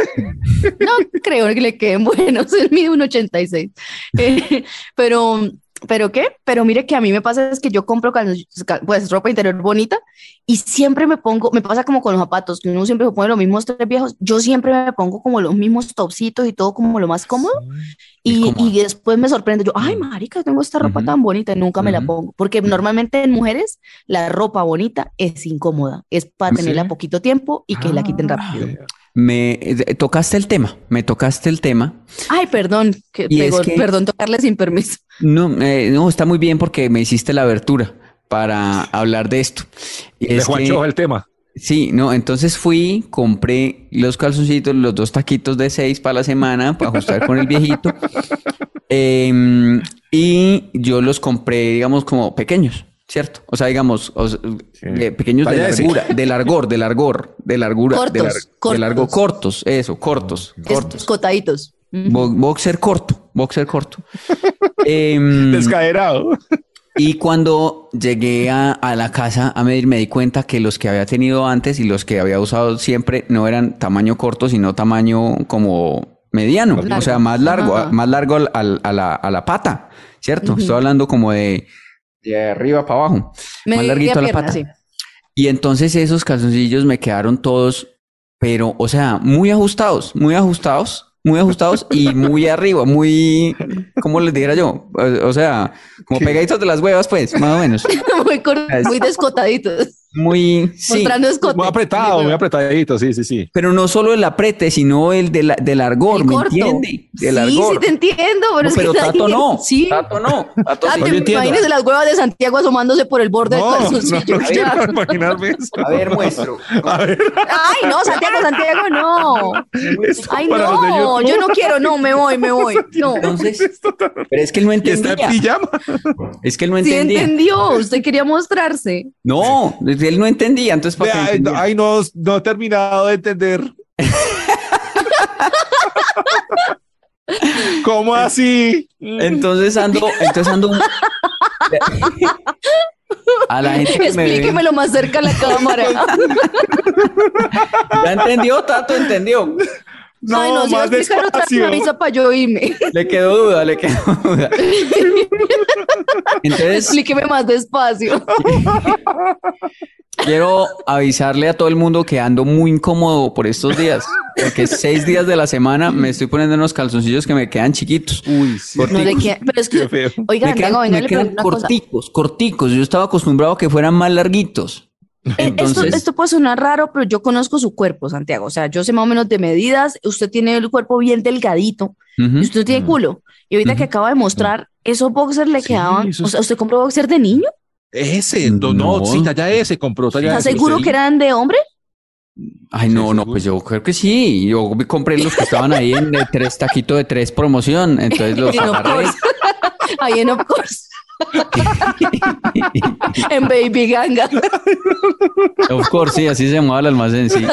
Speaker 5: no creo que le queden buenos. [LAUGHS] Él mide un 86. Eh, pero, ¿pero qué? Pero mire que a mí me pasa es que yo compro calzon- cal- pues, ropa interior bonita y siempre me pongo, me pasa como con los zapatos, que uno siempre se pone los mismos tres viejos. Yo siempre me pongo como los mismos topsitos y todo como lo más cómodo.
Speaker 4: Y
Speaker 5: Y,
Speaker 4: cómodo.
Speaker 5: y después me sorprende, yo, ay, marica, tengo esta ropa
Speaker 4: Ujú.
Speaker 5: tan bonita, y nunca me la
Speaker 4: Ujú.
Speaker 5: pongo, porque normalmente en mujeres la ropa bonita es incómoda, es para
Speaker 4: ¿Sí? Ah.
Speaker 5: tenerla poquito tiempo y que la quiten rápido.
Speaker 4: Me eh, tocaste el tema, me tocaste el tema.
Speaker 5: Ay, perdón, que
Speaker 4: Y es
Speaker 5: pegó-
Speaker 4: que-
Speaker 5: perdón tocarle sin permiso.
Speaker 4: No, eh, no, está muy bien porque me hiciste la abertura para hablar de esto. Y
Speaker 3: De
Speaker 4: es
Speaker 3: Juan
Speaker 4: que-
Speaker 3: el tema.
Speaker 4: sí, no, entonces fui, compré los calzoncitos, los dos taquitos de seis para la semana para ajustar con
Speaker 3: [LAUGHS]
Speaker 4: el viejito. Em, y yo los compré, digamos, como pequeños, ¿cierto? O sea, digamos, o sea, de- pequeños de
Speaker 3: Vaya a decir.
Speaker 4: largura, de largor, de largor, de largura, de,
Speaker 5: Cortos,
Speaker 4: de largo,
Speaker 5: cortos.
Speaker 4: cortos, eso, cortos, cortos.
Speaker 5: Escotaditos. Mm.
Speaker 4: Bo- boxer corto,
Speaker 3: [LAUGHS]
Speaker 4: boxer corto.
Speaker 3: Mm.
Speaker 4: Em,
Speaker 3: Descaderado.
Speaker 4: y cuando llegué a, a la casa a medir, me di cuenta que los que había tenido antes y los que había usado siempre no eran tamaño corto, sino tamaño como mediano,
Speaker 3: Más
Speaker 4: o sea,
Speaker 5: largo.
Speaker 4: más largo,
Speaker 5: Ajá.
Speaker 4: más largo al- al- a, la, a la pata, ¿cierto? Estoy hablando como de, de arriba para abajo, más
Speaker 5: Media
Speaker 4: larguito a la
Speaker 5: pierna,
Speaker 4: pata.
Speaker 5: sí. [LAUGHS]
Speaker 4: Y entonces esos calzoncillos me quedaron todos, pero, o sea, muy ajustados, muy ajustados, muy ajustados y muy [LAUGHS] arriba, muy, ¿cómo les dijera yo? O, o sea, como pegaditos de las huevas, pues, más o menos.
Speaker 5: muy, cor- muy descotaditos.
Speaker 4: Muy, Ah, sí.
Speaker 5: Mostrando escote.
Speaker 3: Muy apretado,
Speaker 5: Sí,
Speaker 3: muy apretadito, sí, sí, sí.
Speaker 4: Pero no solo el aprete, sino el de la, del argor,
Speaker 5: el
Speaker 4: ¿me
Speaker 5: corto.
Speaker 4: entiende? Del
Speaker 5: sí,
Speaker 4: argor.
Speaker 5: sí te entiendo, pero
Speaker 4: No,
Speaker 5: es
Speaker 4: pero
Speaker 5: que
Speaker 4: Tato
Speaker 5: nadie-
Speaker 4: no,
Speaker 5: [LAUGHS] Sí.
Speaker 4: Tato no, Tato
Speaker 5: Ah,
Speaker 4: sí.
Speaker 3: Yo
Speaker 5: te
Speaker 3: entiendo.
Speaker 5: imaginas las huevas de Santiago asomándose por el borde
Speaker 3: No,
Speaker 5: del
Speaker 3: no,
Speaker 5: calzoncillo.
Speaker 3: no
Speaker 5: Ya.
Speaker 3: quiero imaginarme eso.
Speaker 4: A ver,
Speaker 5: [LAUGHS]
Speaker 4: muestro.
Speaker 3: A ver,
Speaker 5: Ay, no, Santiago, Santiago, no.
Speaker 3: esto
Speaker 5: Ay,
Speaker 3: para los de
Speaker 5: no,
Speaker 3: YouTube.
Speaker 5: yo no quiero, no, me voy, me
Speaker 4: [LAUGHS]
Speaker 5: voy.
Speaker 3: [LAUGHS]
Speaker 5: No.
Speaker 4: Entonces, pero es que él no
Speaker 3: Y está
Speaker 4: entendía.
Speaker 3: en pijama.
Speaker 4: Es que él no
Speaker 5: Sí
Speaker 4: entendía.
Speaker 5: entendió, usted quería mostrarse.
Speaker 4: No, él no entendía, entonces ¿para qué
Speaker 3: Vea,
Speaker 4: entendía?
Speaker 3: Ay, no, no he terminado de entender.
Speaker 5: [LAUGHS]
Speaker 3: ¿Cómo así?
Speaker 4: Entonces ando, entonces ando. A la gente que me ve-
Speaker 5: Explíquemelo más cerca a
Speaker 4: [LAUGHS]
Speaker 5: la cámara.
Speaker 4: Ya entendió, Tato entendió.
Speaker 3: No,
Speaker 5: Ay, no, si va a
Speaker 3: más
Speaker 5: explicar otra vez, me
Speaker 3: despacio.
Speaker 5: avisa para yo
Speaker 3: [LAUGHS]
Speaker 5: irme.
Speaker 4: Le quedó duda, le quedó
Speaker 5: [LAUGHS]
Speaker 4: duda. Entonces
Speaker 5: Explíqueme
Speaker 3: [LAUGHS]
Speaker 5: más despacio.
Speaker 4: quiero avisarle a todo el mundo que ando muy incómodo por estos días, porque seis días de la semana me estoy poniendo unos calzoncillos que me quedan chiquitos.
Speaker 3: Uy, sí.
Speaker 4: Corticos.
Speaker 5: No le queda- pero es
Speaker 3: Qué
Speaker 5: que,
Speaker 3: feo.
Speaker 5: oigan,
Speaker 4: me quedan,
Speaker 5: venga, venga,
Speaker 4: me
Speaker 5: le
Speaker 4: quedan
Speaker 5: pregunto una cosa.
Speaker 4: corticos, corticos. Yo estaba acostumbrado a que fueran más larguitos.
Speaker 5: Eh, Esto,
Speaker 4: Entonces,
Speaker 5: esto puede sonar raro, pero yo conozco su cuerpo, Santiago. O sea, yo sé más o menos de medidas. Usted tiene el cuerpo bien delgadito
Speaker 4: ujú.
Speaker 5: y usted no tiene culo. Y ahorita que acaba de mostrar, esos boxers le
Speaker 3: Mm. Sí,
Speaker 5: quedaban.
Speaker 3: esos-
Speaker 5: O sea, ¿usted compró boxers de niño?
Speaker 3: Ese,
Speaker 4: no,
Speaker 3: no,
Speaker 4: no, sí,
Speaker 3: sí, talla ese, compró talla
Speaker 5: ¿Está seguro que eran de hombre?
Speaker 4: Ay, no, no, pues yo creo que sí. Yo me compré los que estaban ahí en de tres taquito de tres promoción.
Speaker 5: [LAUGHS]
Speaker 4: Entonces los
Speaker 5: En Of
Speaker 4: agarré.
Speaker 5: Course. Ahí en Of
Speaker 3: [LAUGHS]
Speaker 5: Course. [LAUGHS] en Baby Ganga.
Speaker 4: Of course, sí, así se llamaba el almacén, sí.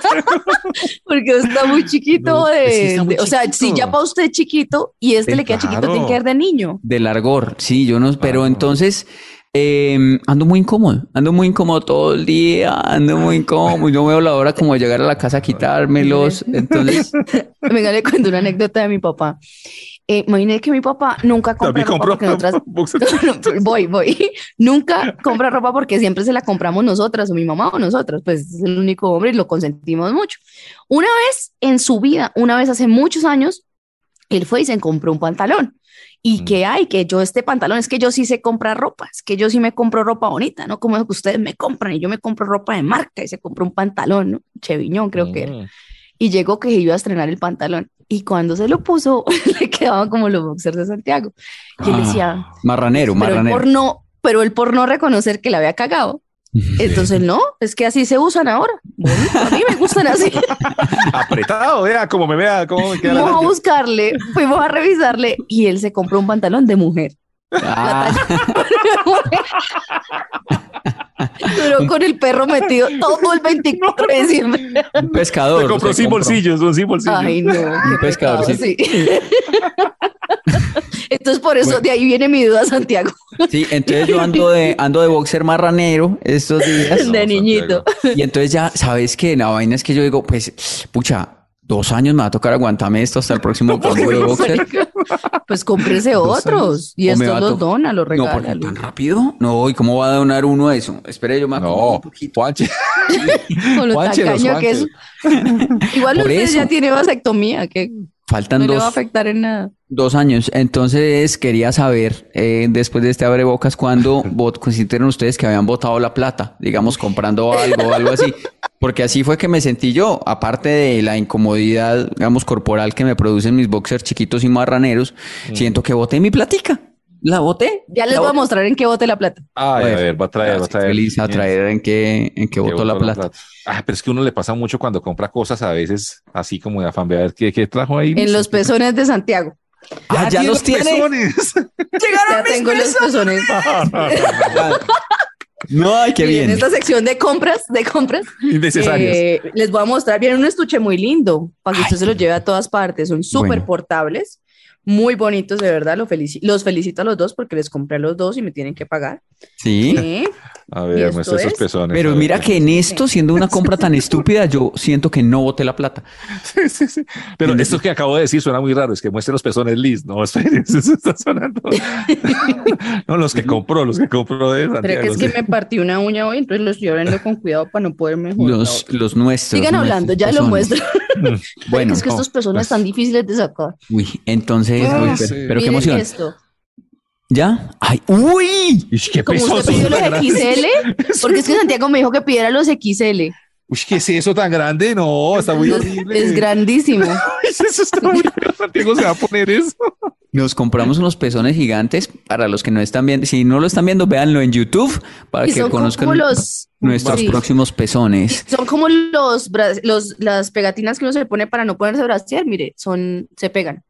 Speaker 5: [LAUGHS] Porque está muy chiquito.
Speaker 3: No, pues
Speaker 5: de,
Speaker 3: sí está muy
Speaker 5: de- o sea, si
Speaker 3: chiquito.
Speaker 5: ya para usted es chiquito y este
Speaker 3: Sí,
Speaker 5: le queda chiquito,
Speaker 3: claro.
Speaker 5: tiene que ser de niño.
Speaker 4: De largor, sí, yo no, pero entonces Eh, ando muy incómodo, ando muy incómodo todo el día, ando muy incómodo. Yo veo la hora como de llegar a la casa a quitármelos. Entonces,
Speaker 5: Venga, le cuento una anécdota de mi papá. Eh, imagínate que mi papá nunca compra
Speaker 3: También compró
Speaker 5: ropa porque nosotras...
Speaker 3: [LAUGHS]
Speaker 5: [LAUGHS]
Speaker 3: boxer.
Speaker 5: pues, voy, voy. Nunca compra ropa porque siempre se la compramos nosotras o mi mamá o nosotras. Pues es el único hombre y lo consentimos mucho. Una vez en su vida, una vez hace muchos años, él fue y se compró un pantalón. Y que hay, que yo este pantalón, es que yo sí sé comprar ropa, es que yo sí me compro ropa bonita, ¿no? Como es que ustedes me compran y yo me compro ropa de marca y se compró un pantalón, ¿no? Cheviñón creo
Speaker 3: Mm.
Speaker 5: que era y llegó que iba a estrenar el pantalón. Y cuando se lo puso, [LAUGHS] le quedaban como los boxers de Santiago. Y él decía,
Speaker 4: marranero,
Speaker 5: pero él,
Speaker 4: marranero.
Speaker 5: por no, pero él por no reconocer que la había cagado. Entonces, no, es que así se usan ahora. Bonito, a mí me gustan
Speaker 4: [LAUGHS]
Speaker 5: así.
Speaker 3: Apretado, vea, como me vea, cómo me queda la
Speaker 5: Fuimos a
Speaker 3: nalga.
Speaker 5: buscarle, fuimos a revisarle y él se compró un pantalón de mujer. [LAUGHS]
Speaker 4: Ah,
Speaker 5: Duró con el perro metido todo el 24 de diciembre.
Speaker 4: un pescador.
Speaker 3: Se compró
Speaker 4: se
Speaker 3: sin
Speaker 4: compró.
Speaker 3: bolsillos, un sin bolsillos.
Speaker 5: Ay, no. qué
Speaker 4: pescador,
Speaker 5: pecado, sí. [LAUGHS] Entonces, por eso de ahí viene mi duda, Santiago,
Speaker 4: Sí, entonces yo ando de, ando de boxer marranero estos días.
Speaker 5: de
Speaker 4: [LAUGHS]
Speaker 5: niñito.
Speaker 4: Y entonces ya, ¿sabes qué? La vaina es que yo digo, pues, pucha, dos años me va a tocar aguantarme esto hasta
Speaker 5: [LAUGHS]
Speaker 4: el próximo cambio de boxer.
Speaker 5: Pues cómprese otros y
Speaker 4: O me va
Speaker 5: estos
Speaker 4: a
Speaker 5: los
Speaker 4: tocar-
Speaker 5: dona, los
Speaker 4: No, porque
Speaker 5: regala.
Speaker 4: tan rápido. No, ¿y cómo va a donar uno eso? Espere, yo me acomodo
Speaker 3: No,
Speaker 4: un poquito.
Speaker 3: Juanche.
Speaker 5: [LAUGHS] con lo
Speaker 3: Guanche, los
Speaker 5: tacaño que es. Igual
Speaker 4: Por
Speaker 5: usted
Speaker 4: eso.
Speaker 5: ya tiene vasectomía, que
Speaker 4: Faltan
Speaker 5: no le va a
Speaker 4: dos,
Speaker 5: afectar en nada.
Speaker 4: dos años. Entonces quería saber, eh, después de este abre
Speaker 3: [LAUGHS]
Speaker 4: bocas, cuándo vot- consideran ustedes que habían votado la plata, digamos, comprando algo o algo así. Porque así fue que me sentí yo, aparte de la incomodidad, digamos, corporal que me producen mis boxers chiquitos y marraneros,
Speaker 3: Mm.
Speaker 4: siento que boté mi platica. La boté.
Speaker 5: Ya les
Speaker 4: la
Speaker 5: voy a
Speaker 4: boté.
Speaker 5: mostrar en qué bote la plata.
Speaker 3: Ay, a ver, va a traer, va a
Speaker 4: Estoy
Speaker 3: traer.
Speaker 4: feliz a traer en qué, en qué
Speaker 3: Que
Speaker 4: votó la
Speaker 3: botó
Speaker 4: plata.
Speaker 3: Ah, pero es que uno le pasa mucho cuando compra cosas a veces así como de afán. Ve a ver qué, qué trajo ahí.
Speaker 5: En los pezones de Santiago.
Speaker 4: Ah, ya los tiene.
Speaker 3: pezones.
Speaker 5: Ya tengo los pezones.
Speaker 4: [LAUGHS] No, ay, qué
Speaker 5: Y En
Speaker 4: bien.
Speaker 5: esta sección de compras, de compras,
Speaker 3: Innecesarios.
Speaker 5: eh, les voy a mostrar. Viene un estuche muy lindo para que usted se lo lleve a todas partes. Son súper
Speaker 4: Bueno.
Speaker 5: portables, muy bonitos, de verdad. Los, felici- los felicito a los dos porque les compré a los dos y me tienen que pagar.
Speaker 4: Sí.
Speaker 5: ¿Eh?
Speaker 3: a
Speaker 5: ¿y
Speaker 3: ver,
Speaker 5: esto
Speaker 3: muestra esos
Speaker 5: es?
Speaker 3: pezones. a
Speaker 4: Pero
Speaker 3: ver.
Speaker 4: mira
Speaker 3: [LAUGHS]
Speaker 4: que en esto, siendo una compra tan estúpida, yo siento que no boté la plata.
Speaker 3: Pero esto que acabo de decir suena muy raro. Es que muestre los pezones Liz. No, [LAUGHS] espere, eso está
Speaker 5: [LAUGHS]
Speaker 3: sonando. no, los que compró, los que compró de Santiago.
Speaker 5: Pero que es que
Speaker 3: sí.
Speaker 5: me partí una uña hoy, entonces lo estoy abriendo con cuidado para no poderme joder.
Speaker 4: Los, los nuestros.
Speaker 5: Sigan
Speaker 4: nuestros
Speaker 5: hablando, ya lo
Speaker 4: pezones.
Speaker 5: muestro. [LAUGHS]
Speaker 4: [LAUGHS] Bueno, oh,
Speaker 5: es que
Speaker 3: no,
Speaker 5: estos personas
Speaker 3: pues-
Speaker 5: están difíciles de sacar.
Speaker 4: uy, entonces,
Speaker 5: Ah,
Speaker 4: uy, pero,
Speaker 3: sí.
Speaker 4: pero qué
Speaker 5: Miren
Speaker 4: emoción.
Speaker 5: esto.
Speaker 4: ¿Ya? Ay, uy.
Speaker 3: Uy, qué
Speaker 5: Como
Speaker 3: pezones
Speaker 5: usted pidió los
Speaker 3: tan grandes.
Speaker 5: XL, porque es que Santiago me dijo que pidiera los XL.
Speaker 3: Uy, ¿qué es eso tan grande? No, está muy horrible.
Speaker 5: [LAUGHS] Es grandísimo.
Speaker 3: [LAUGHS] Eso está muy feo. Santiago se va a poner eso.
Speaker 4: Nos compramos unos pezones gigantes para los que no están viendo. Si no lo están viendo, véanlo en YouTube para
Speaker 5: Y
Speaker 4: que
Speaker 5: son
Speaker 4: conozcan
Speaker 5: como los.
Speaker 4: nuestros
Speaker 5: sí.
Speaker 4: próximos pezones.
Speaker 5: Son como los, bra- los las pegatinas que uno se pone para no ponerse brasier, mire, son se pegan.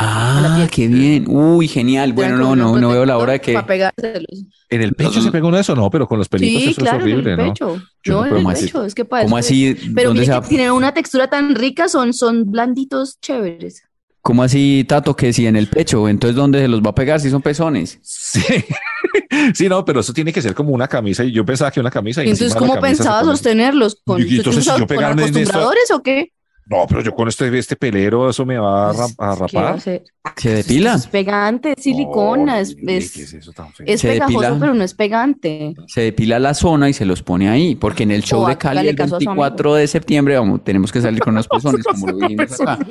Speaker 4: Ah, qué bien. Uy, genial. Bueno, no, no, no veo la hora de que.
Speaker 5: Para pegárselos.
Speaker 3: En el pecho se pega uno de eso, no, pero con los pelitos
Speaker 5: Sí,
Speaker 3: eso
Speaker 5: claro,
Speaker 3: es horrible,
Speaker 5: en el pecho.
Speaker 3: Yo
Speaker 5: No,
Speaker 3: no puedo
Speaker 5: en el
Speaker 3: más.
Speaker 5: pecho, es que para
Speaker 4: ¿Cómo
Speaker 5: eso-
Speaker 4: así?
Speaker 5: pues, Pero
Speaker 4: ¿Dónde
Speaker 5: mire
Speaker 4: se
Speaker 5: que
Speaker 4: va-
Speaker 5: tienen una textura tan rica, son, son blanditos chéveres.
Speaker 4: ¿Cómo así, Tato, que si en el pecho? Entonces, ¿dónde se los va a pegar si son pezones?
Speaker 3: Sí. [LAUGHS] sí, no, pero eso tiene que ser como una camisa. Y yo pensaba que una camisa. Y
Speaker 5: Entonces,
Speaker 3: encima de la
Speaker 5: ¿cómo
Speaker 3: camisa se
Speaker 5: pensaba
Speaker 3: pone-
Speaker 5: sostenerlos? ¿Con,
Speaker 3: Y- y entonces, si yo
Speaker 5: con
Speaker 3: pegarme en esto-
Speaker 5: acostumbradores o qué?
Speaker 3: No, pero yo con este, este pelero, eso me va a, ra- a
Speaker 5: Pues, ¿qué va a
Speaker 3: rapar.
Speaker 5: hacer?
Speaker 4: ¿Se
Speaker 5: Pues,
Speaker 4: depila?
Speaker 5: Es pegante, es silicona,
Speaker 3: No,
Speaker 5: es,
Speaker 3: horrible,
Speaker 5: es,
Speaker 3: ¿Qué es eso tan feo?
Speaker 5: es
Speaker 4: Se
Speaker 5: pegajoso,
Speaker 4: depila.
Speaker 5: pero no es pegante.
Speaker 4: Se depila la zona y se los pone ahí, porque en el show
Speaker 5: O
Speaker 4: de
Speaker 5: hágale
Speaker 4: Cali el
Speaker 5: caso a su
Speaker 4: 24 de septiembre vamos, tenemos que salir con
Speaker 5: [LAUGHS]
Speaker 4: los pezones, como lo dijimos acá.
Speaker 5: Ujú.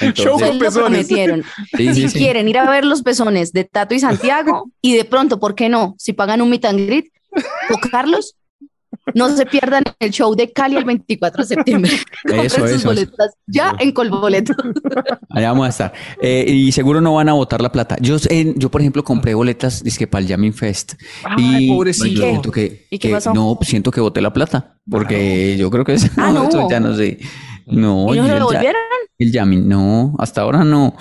Speaker 4: Entonces,
Speaker 3: Show con
Speaker 5: Ustedes Pues lo
Speaker 3: pezones.
Speaker 5: prometieron.
Speaker 4: sí, sí,
Speaker 5: si
Speaker 4: sí.
Speaker 5: quieren ir a ver los pezones de Tato y Santiago, y de pronto, ¿por qué no? Si pagan un meet and greet, tocarlos, no se pierdan el show de Cali el 24 de
Speaker 4: [LAUGHS]
Speaker 5: septiembre. [LAUGHS] Compren
Speaker 4: Eso,
Speaker 5: sus
Speaker 4: eso,
Speaker 5: boletas ya en Colboleto.
Speaker 4: Allá vamos a estar. Eh, y seguro no van a botar la plata. Yo, eh, yo por ejemplo,
Speaker 5: Ah.
Speaker 4: compré boletas dizque para el Jamming Fest.
Speaker 3: Ay,
Speaker 4: y
Speaker 3: pobrecito.
Speaker 4: yo siento que,
Speaker 5: ¿Y qué
Speaker 4: que
Speaker 5: pasó?
Speaker 4: no, siento que boté la plata, porque yo creo que [LAUGHS] es,
Speaker 5: Ah, no.
Speaker 4: eso ya no sé. No,
Speaker 5: ¿Y
Speaker 4: yo
Speaker 5: no se
Speaker 4: ya-
Speaker 5: devolvieron?
Speaker 4: El Yamin, no, hasta ahora no.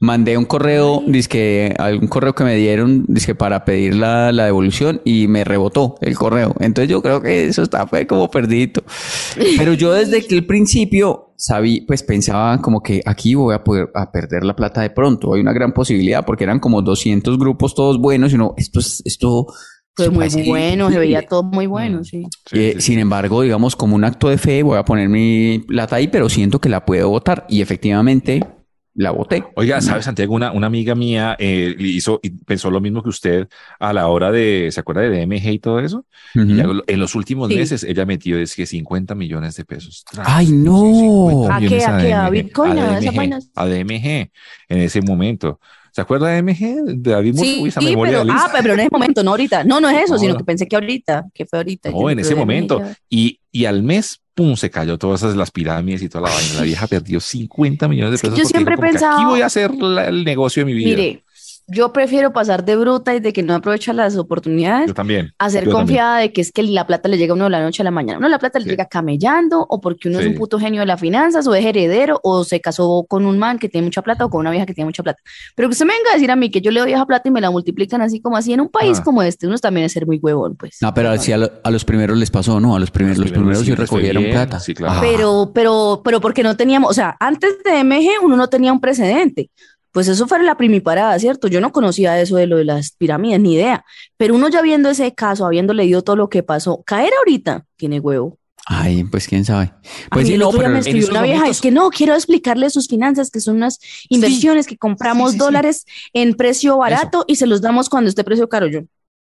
Speaker 4: Mandé un correo, dizque, algún correo que me dieron, dizque para pedir la, la devolución y me rebotó el correo. Entonces yo creo que eso está fue como perdido. Pero yo desde que el principio sabí, pues pensaba como que aquí voy a poder a perder la plata de pronto. Hay una gran posibilidad porque eran como 200 grupos todos buenos y no, esto es, esto
Speaker 5: Fue muy
Speaker 4: Así-
Speaker 5: bueno, se veía todo muy bueno, sí.
Speaker 4: Eh, sin embargo, digamos, como un acto de fe, voy a poner mi plata ahí, pero siento que la puedo votar. Y efectivamente, la voté.
Speaker 3: Oiga, ¿sabes, Santiago? Una, una amiga mía eh, hizo y pensó lo mismo que usted a la hora de, ¿se acuerda de DMG y todo eso? Y ya lo- en los últimos
Speaker 5: Sí.
Speaker 3: meses ella metió es que 50 millones de pesos. Tra-
Speaker 4: ¡Ay, no!
Speaker 3: 50
Speaker 5: ¿A qué?
Speaker 3: millones
Speaker 5: ¿A qué? ¿A
Speaker 3: DMG,
Speaker 5: Bitcoin? ¿A esas
Speaker 3: DMG,
Speaker 5: vainas?
Speaker 3: a DMG, en ese momento. ¿Se acuerda de DMG? De David Murphy, uy, esa memoria
Speaker 5: pero,
Speaker 3: de Liz.
Speaker 5: ah, pero en ese momento, no ahorita. No, no es eso,
Speaker 3: No,
Speaker 5: sino
Speaker 3: no.
Speaker 5: que pensé que ahorita, que fue ahorita.
Speaker 3: No,
Speaker 5: Yo
Speaker 3: en ese
Speaker 5: creo que
Speaker 3: momento.
Speaker 5: me-
Speaker 3: Y, y al mes, pum, se cayó todas esas las pirámides y toda la vaina. La vieja perdió 50 millones de
Speaker 5: que
Speaker 3: pesos.
Speaker 5: yo
Speaker 3: porque
Speaker 5: siempre
Speaker 3: dijo como que
Speaker 5: he
Speaker 3: Aquí
Speaker 5: pensado-
Speaker 3: voy a hacer la- el negocio de mi vida.
Speaker 5: Mire, yo prefiero pasar de bruta y de que no aprovecha las oportunidades
Speaker 3: yo también.
Speaker 5: a ser
Speaker 3: yo también.
Speaker 5: confiada de que es que la plata le llega a uno de la noche a la mañana. Uno la plata le
Speaker 3: Sí.
Speaker 5: llega camellando o porque uno es
Speaker 3: Sí.
Speaker 5: un puto genio de las finanzas o es heredero o se casó con un man que tiene mucha plata o con una vieja que tiene mucha plata. Pero que usted me venga a decir a mí que yo le doy esa plata y me la multiplican así como así en un país
Speaker 3: Ah.
Speaker 5: como este, uno también es ser muy huevón, pues.
Speaker 4: No, pero si a, lo- a los primeros les pasó, ¿no? A los primeros,
Speaker 3: A
Speaker 4: los
Speaker 3: los primeros
Speaker 4: primeros sí
Speaker 3: sí les fue
Speaker 4: recogieron
Speaker 3: bien,
Speaker 4: plata. Ah,
Speaker 3: sí, claro.
Speaker 4: Ajá.
Speaker 5: Pero, pero, pero porque no teníamos, o sea, antes de MG uno no tenía un precedente. Pues eso fue la primiparada, ¿cierto? Yo no conocía eso de lo de las pirámides, ni idea. Pero uno ya viendo ese caso, habiendo leído todo lo que pasó, caer ahorita tiene huevo.
Speaker 4: Ay, pues quién sabe.
Speaker 5: A
Speaker 4: Pues
Speaker 5: mí
Speaker 4: sí,
Speaker 5: el
Speaker 4: no,
Speaker 5: otro día
Speaker 4: pero
Speaker 5: me
Speaker 4: en
Speaker 5: escribió
Speaker 4: estos
Speaker 5: una vieja, es
Speaker 4: momentos-
Speaker 5: que no, quiero explicarle sus finanzas, que son unas inversiones que compramos
Speaker 4: Sí, sí, sí.
Speaker 5: dólares en precio barato y se los damos cuando esté precio caro. Yo,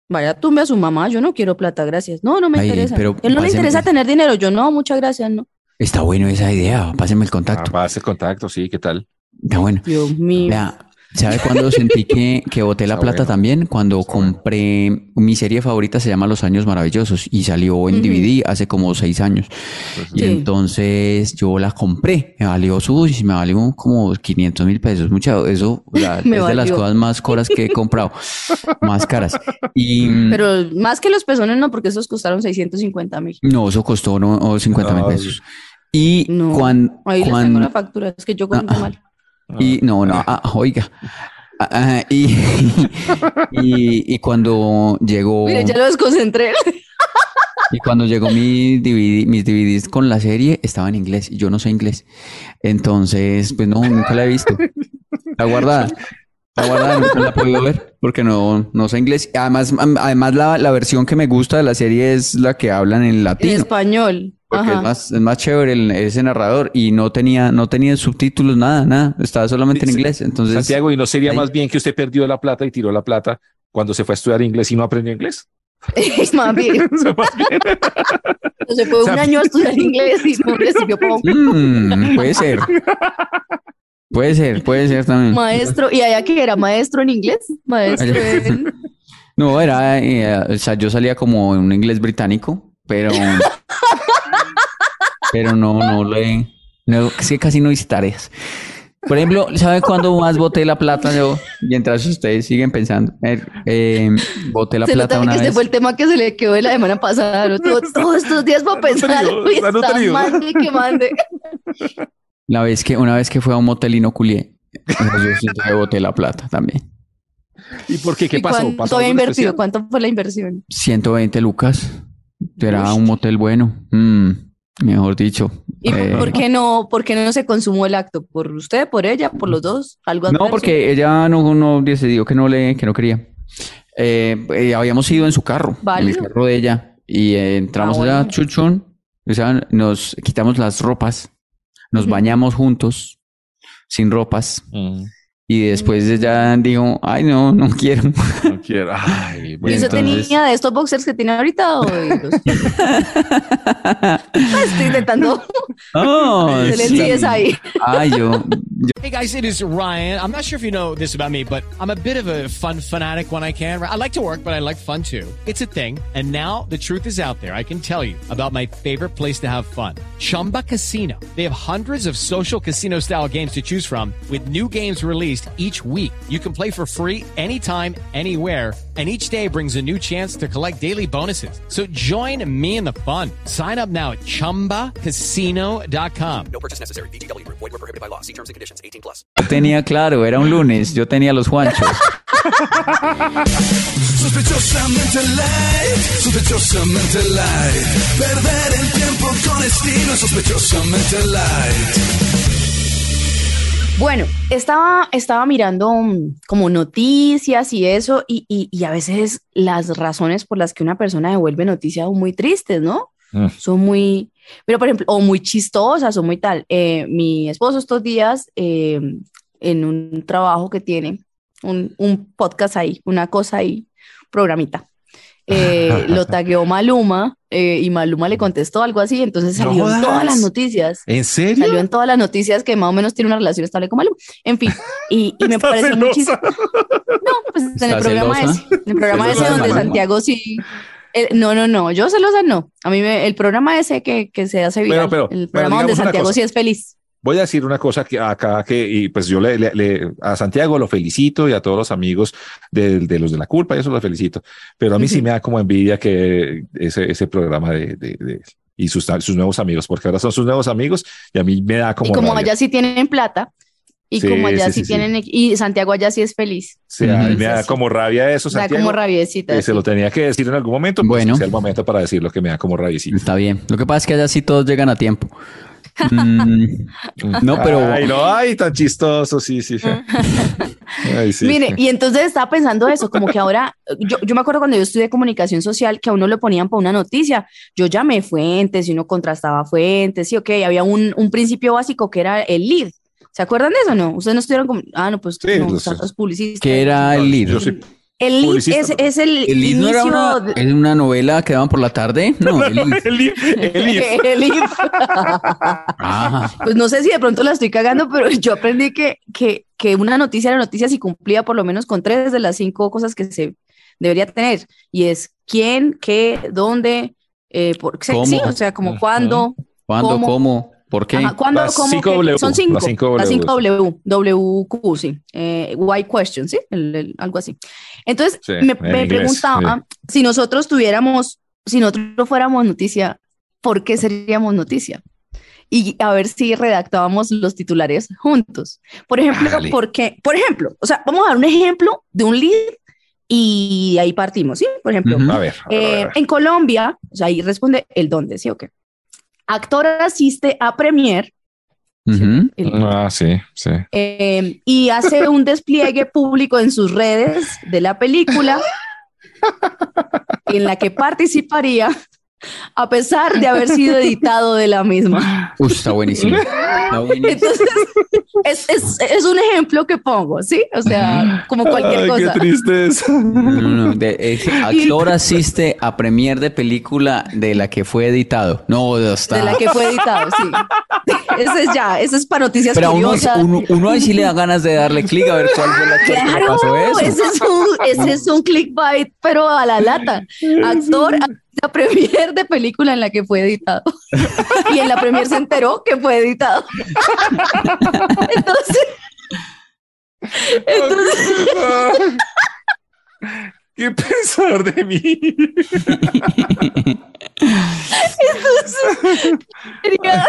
Speaker 5: vaya tumbe a su mamá, yo no quiero plata, gracias. No, no me
Speaker 4: Ay,
Speaker 5: interesa.
Speaker 4: pero
Speaker 5: Él no le
Speaker 4: pasen-
Speaker 5: interesa tener dinero, yo no, muchas gracias, no.
Speaker 4: Está bueno esa idea. Pásenme el
Speaker 3: Ah,
Speaker 4: contacto.
Speaker 3: para hacer contacto, sí, ¿qué tal?
Speaker 4: Está bueno.
Speaker 5: Dios mío.
Speaker 4: Vea, ¿sabe cuándo sentí que, que boté la
Speaker 3: Está
Speaker 4: plata
Speaker 3: bueno.
Speaker 4: también? Cuando compré mi serie favorita, se llama Los Años Maravillosos, y salió en
Speaker 5: Ujú.
Speaker 4: DVD hace como seis años. Y
Speaker 5: Sí.
Speaker 4: entonces yo la compré, me valió su, me valió como 500 mil pesos, mucha, eso o sea,
Speaker 5: [LAUGHS]
Speaker 4: es
Speaker 5: Me
Speaker 4: de las
Speaker 5: valió.
Speaker 4: cosas más caras que he
Speaker 5: [LAUGHS]
Speaker 4: comprado, más caras. Y mm,
Speaker 5: Pero más que los pezones, no, porque esos costaron 650 mil.
Speaker 4: no, eso costó no, oh, 50 mil
Speaker 3: Ay.
Speaker 4: pesos. Y
Speaker 5: No,
Speaker 4: cuan-
Speaker 5: Ahí les tengo
Speaker 4: cuan-
Speaker 5: la factura, es que yo conté
Speaker 4: Ah, ah.
Speaker 5: mal.
Speaker 4: Y no, no, ah, oiga. Ah, ah, y, [LAUGHS] y, y cuando llegó
Speaker 5: Mire, ya lo desconcentré.
Speaker 4: y cuando llegó mi DVD, mis DVDs con la serie estaba en inglés y yo no sé inglés. Entonces, pues no, nunca la he visto. La guardada. La guardada nunca la he podido ver porque no, no sé inglés. Además, am- además la, la versión que me gusta de la serie es la que hablan en
Speaker 5: En
Speaker 4: latino.
Speaker 5: español.
Speaker 4: Porque es
Speaker 5: [LAUGHS] Ajá.
Speaker 4: más, es más chévere el- ese narrador y no tenía, no tenía subtítulos, nada, nada. Estaba solamente en
Speaker 3: Sí,
Speaker 4: inglés. Entonces,
Speaker 3: Santiago, ¿y no sería
Speaker 4: ahí-
Speaker 3: más bien que usted perdió la plata y tiró la plata cuando se fue a estudiar inglés y no aprendió inglés? [LAUGHS]
Speaker 5: Es más bien.
Speaker 3: Eso más bien.
Speaker 5: Se fue un año a
Speaker 3: [LAUGHS]
Speaker 5: estudiar inglés y no recibió poco.
Speaker 4: Mm, puede ser. Puede ser, puede ser también.
Speaker 5: Maestro, y allá que era maestro en inglés,
Speaker 3: [LAUGHS]
Speaker 5: maestro en...
Speaker 4: No, era, eh, o sea, yo salía como en un inglés británico, pero, pero no, no le, no, es que casi no hice tareas. Por ejemplo, ¿sabe cuándo más boté la plata yo? Mientras ustedes siguen pensando, eh, eh, boté la
Speaker 5: se
Speaker 4: plata
Speaker 5: nota que
Speaker 4: una
Speaker 5: este
Speaker 4: vez.
Speaker 5: fue el tema que se le quedó de la semana pasada,
Speaker 3: [LAUGHS]
Speaker 5: ¿no? Tuvo todos estos días para pensar,
Speaker 3: nutrido,
Speaker 5: [LAUGHS] uy,
Speaker 3: está
Speaker 5: está
Speaker 3: nutrido.
Speaker 5: mande que mande.
Speaker 4: La vez que, una vez que fue a un motel y no culié, entonces yo sí boté la plata también.
Speaker 3: ¿Y por qué? ¿Qué
Speaker 5: ¿Y
Speaker 3: pasó?
Speaker 5: ¿Cuánto
Speaker 3: ¿Pasó
Speaker 5: había
Speaker 3: algo en
Speaker 5: invertido?
Speaker 3: especial?
Speaker 5: ¿Cuánto fue la inversión?
Speaker 4: 120 lucas. Era un motel bueno. Mm, mejor dicho.
Speaker 5: ¿Y
Speaker 4: Eh,
Speaker 5: por qué no, por qué no se consumó el acto? ¿Por usted, por ella, por los dos? ¿Algo
Speaker 4: No,
Speaker 5: adverso?
Speaker 4: porque ella no, no decidió que no le, que no quería. Eh, eh, habíamos ido en su carro, en
Speaker 5: Válido.
Speaker 4: el carro de ella, y eh, entramos
Speaker 5: Ah,
Speaker 4: allá,
Speaker 5: bueno.
Speaker 4: chuchón. O sea, nos quitamos las ropas, nos
Speaker 5: Ujú.
Speaker 4: bañamos juntos, sin ropas,
Speaker 3: Mm,
Speaker 4: y después ella dijo, ay, no, no quiero.
Speaker 3: Mm, no quiero. Ay,
Speaker 5: ¿Y
Speaker 3: bueno,
Speaker 5: usted
Speaker 4: entonces-
Speaker 5: tenía de estos boxers que tiene ahorita o
Speaker 4: [LAUGHS]
Speaker 5: de los... Estoy intentando [LAUGHS]
Speaker 4: Oh,
Speaker 5: se le
Speaker 4: sí.
Speaker 5: sigues ahí.
Speaker 4: Ay, yo,
Speaker 7: Hey guys, it is Ryan. I'm not sure if you know this about me, but I'm a bit of a fun fanatic when I can. I like to work, but I like fun too. It's a thing. And now the truth is out there. I can tell you about my favorite place to have fun Chumba Casino. They have hundreds of social casino style games to choose from, with new games released each week. You can play for free anytime, anywhere. And each day brings a new chance to collect daily bonuses. So join me in the fun. Sign up now at chumbacasino.com.
Speaker 4: yo tenía claro, era un lunes, yo tenía los Juanchos.
Speaker 6: Sospechosamente light, sospechosamente light. Perder el tiempo con estilo, sospechosamente light.
Speaker 5: Bueno, estaba, estaba mirando mm, como noticias y eso, y, y- y a veces las razones por las que una persona devuelve noticias son muy tristes, ¿no?
Speaker 8: Mm.
Speaker 5: Son muy, pero por ejemplo, o muy chistosas o muy tal. Eh, mi esposo estos días, eh, en un trabajo que tiene, un, un podcast ahí, una cosa ahí, programita,
Speaker 3: [LAUGHS]
Speaker 5: eh, lo tagueó Maluma eh, y Maluma le contestó algo así, entonces
Speaker 3: No
Speaker 5: salió en todas
Speaker 3: jodas.
Speaker 5: las noticias.
Speaker 3: ¿En serio?
Speaker 5: Salió en todas las noticias que más o menos tiene una relación estable con Maluma. En fin, y, y me parece muy chis- No, pues en el
Speaker 4: ¿Estás
Speaker 5: programa
Speaker 4: celosa?
Speaker 5: ese, en el programa
Speaker 4: ¿Celosa
Speaker 5: ese
Speaker 4: de
Speaker 5: donde
Speaker 4: Maluma?
Speaker 5: Santiago sí. eh, no, no, no, yo celosa no. A mí me- el programa ese que, que se hace viral,
Speaker 3: pero-
Speaker 5: el
Speaker 3: pero
Speaker 5: programa
Speaker 3: digamos
Speaker 5: donde
Speaker 3: una
Speaker 5: Santiago
Speaker 3: cosa.
Speaker 5: sí es feliz.
Speaker 3: Voy a decir una cosa que acá que, y pues yo le, le- le- a Santiago lo felicito y a todos los amigos de, de los de la culpa, y eso lo felicito. Pero a mí sí me da como envidia que ese, ese programa de, de- de- y sus, sus nuevos amigos, porque ahora son sus nuevos amigos y a mí me da como.
Speaker 5: y como
Speaker 3: rabia.
Speaker 5: allá sí tienen plata, y
Speaker 3: Sí,
Speaker 5: como allá
Speaker 3: sí,
Speaker 5: sí,
Speaker 3: sí, sí.
Speaker 5: tienen, y Santiago allá sí es feliz.
Speaker 3: O sea, me da como rabia eso,
Speaker 5: da
Speaker 3: Santiago.
Speaker 5: como rabiecita.
Speaker 3: que Eh, se
Speaker 5: sí.
Speaker 3: lo tenía que decir en algún momento. Bueno, es el momento para decir lo que me da como
Speaker 5: [LAUGHS]
Speaker 3: rabiecita.
Speaker 4: Está bien. Lo que pasa es que allá sí todos llegan a tiempo. Mm,
Speaker 5: [LAUGHS]
Speaker 4: no, pero
Speaker 3: Ay, no, ay, tan chistoso, sí, sí. [LAUGHS] Ay, sí.
Speaker 5: Ah. Mire, y entonces estaba pensando eso, como que ahora, yo, yo me acuerdo cuando yo estudié comunicación social, que a uno le ponían para una noticia, yo llamé fuentes y uno contrastaba fuentes, sí, ok, había un, un principio básico que era el lead. ¿Se acuerdan de eso o no? Ustedes no estuvieron como, ah, no, pues no,
Speaker 4: lo
Speaker 5: o sea,
Speaker 4: sé.
Speaker 5: los publicistas.
Speaker 4: ¿qué era el lead?
Speaker 5: [LAUGHS] El lead
Speaker 4: publicista,
Speaker 5: es, es el,
Speaker 4: ¿El lead no
Speaker 5: inicio
Speaker 4: era una,
Speaker 5: de-
Speaker 4: era una novela que daban por la tarde?
Speaker 5: [LAUGHS]
Speaker 4: No, el
Speaker 3: [LAUGHS]
Speaker 4: lead.
Speaker 5: el lead.
Speaker 4: Ah,
Speaker 5: Pues no sé si de pronto la estoy cagando, pero [LAUGHS] yo aprendí que, que, que una noticia era noticia si cumplía por lo menos con tres de las cinco cosas que se debería tener. Y es quién, qué, dónde, eh, por qué.
Speaker 4: ¿Cómo?
Speaker 5: Sí, o sea, como
Speaker 4: Ujú.
Speaker 5: cuándo.
Speaker 4: ¿Cuándo? ¿Cómo?
Speaker 5: ¿Cómo?
Speaker 4: ¿Por qué?
Speaker 5: Ajá, ¿Cuándo?
Speaker 4: Las
Speaker 5: ¿Cómo?
Speaker 4: cinco
Speaker 5: qué?
Speaker 4: W,
Speaker 5: Son cinco.
Speaker 4: las cinco
Speaker 5: Las cinco
Speaker 4: W.
Speaker 5: W. WQ, sí. Eh, why question, sí. El- el- algo así. Entonces,
Speaker 8: Sí,
Speaker 5: me,
Speaker 8: en
Speaker 5: me
Speaker 8: inglés,
Speaker 5: preguntaba si nosotros tuviéramos, si nosotros fuéramos noticia, ¿por qué seríamos noticia? Y a ver si redactábamos los titulares juntos. Por ejemplo,
Speaker 8: Hágale.
Speaker 5: ¿por qué? Por ejemplo, o sea, vamos a dar un ejemplo de un lead y ahí partimos, ¿sí? Por ejemplo,
Speaker 3: Ujú. A ver, a ver, a
Speaker 5: eh,
Speaker 3: ver.
Speaker 5: en Colombia, o sea, ahí responde el dónde, ¿sí o qué? Actor asiste a premier
Speaker 3: Ujú. Ah, sí, sí.
Speaker 5: eh, y hace un despliegue público en sus redes de la película en la que participaría a pesar de haber sido editado de la
Speaker 4: [LAUGHS]
Speaker 5: misma.
Speaker 4: uy,
Speaker 5: [LAUGHS]
Speaker 4: está buenísimo. Está buenísimo.
Speaker 5: Entonces, es, es- es un ejemplo que pongo, ¿sí? O sea, como cualquier cosa. [LAUGHS]
Speaker 4: No, no, de- es- actor asiste a premier de película de la que fue editado. No, está.
Speaker 5: De la que fue editado, sí. Ese es ya, ese es para noticias
Speaker 4: Pero a uno,
Speaker 5: curiosas.
Speaker 4: uno, uno ahí sí le da ganas de darle clic a ver cuál fue la que le
Speaker 5: Claro,
Speaker 4: pasó eso.
Speaker 5: ese es, un, ese es un clickbait, pero a la lata. Actor asiste a premier de película en la que fue editado. Y en la premier se enteró que fue editado. Entonces, entonces
Speaker 3: ¿Qué pensar de mí?
Speaker 5: Entonces, quería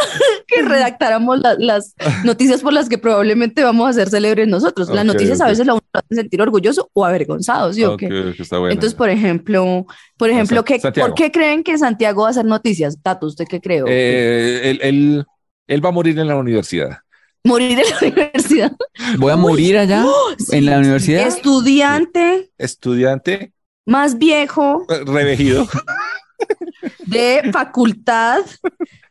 Speaker 5: que redactáramos la- las noticias por las que probablemente vamos a ser célebres nosotros. Las
Speaker 3: Ok,
Speaker 5: noticias a
Speaker 3: ok.
Speaker 5: veces la uno lo hacen sentir orgulloso o avergonzado, ¿sí
Speaker 3: [LAUGHS]
Speaker 5: o
Speaker 3: Ok,
Speaker 5: qué?
Speaker 3: ok, está bueno.
Speaker 5: Entonces, pues, por ejemplo, por ejemplo, ¿qué,
Speaker 3: Santiago.
Speaker 5: ¿por qué creen que Santiago va a hacer noticias? Tato, ¿usted qué creo?
Speaker 3: Eh, él, él- él va a morir en la universidad.
Speaker 5: Morir en la [LAUGHS] universidad.
Speaker 4: Voy a morir allá
Speaker 5: ¡Oh!
Speaker 4: en la universidad.
Speaker 5: Estudiante
Speaker 3: Estudiante
Speaker 5: más viejo
Speaker 3: eh, revejido.
Speaker 5: de facultad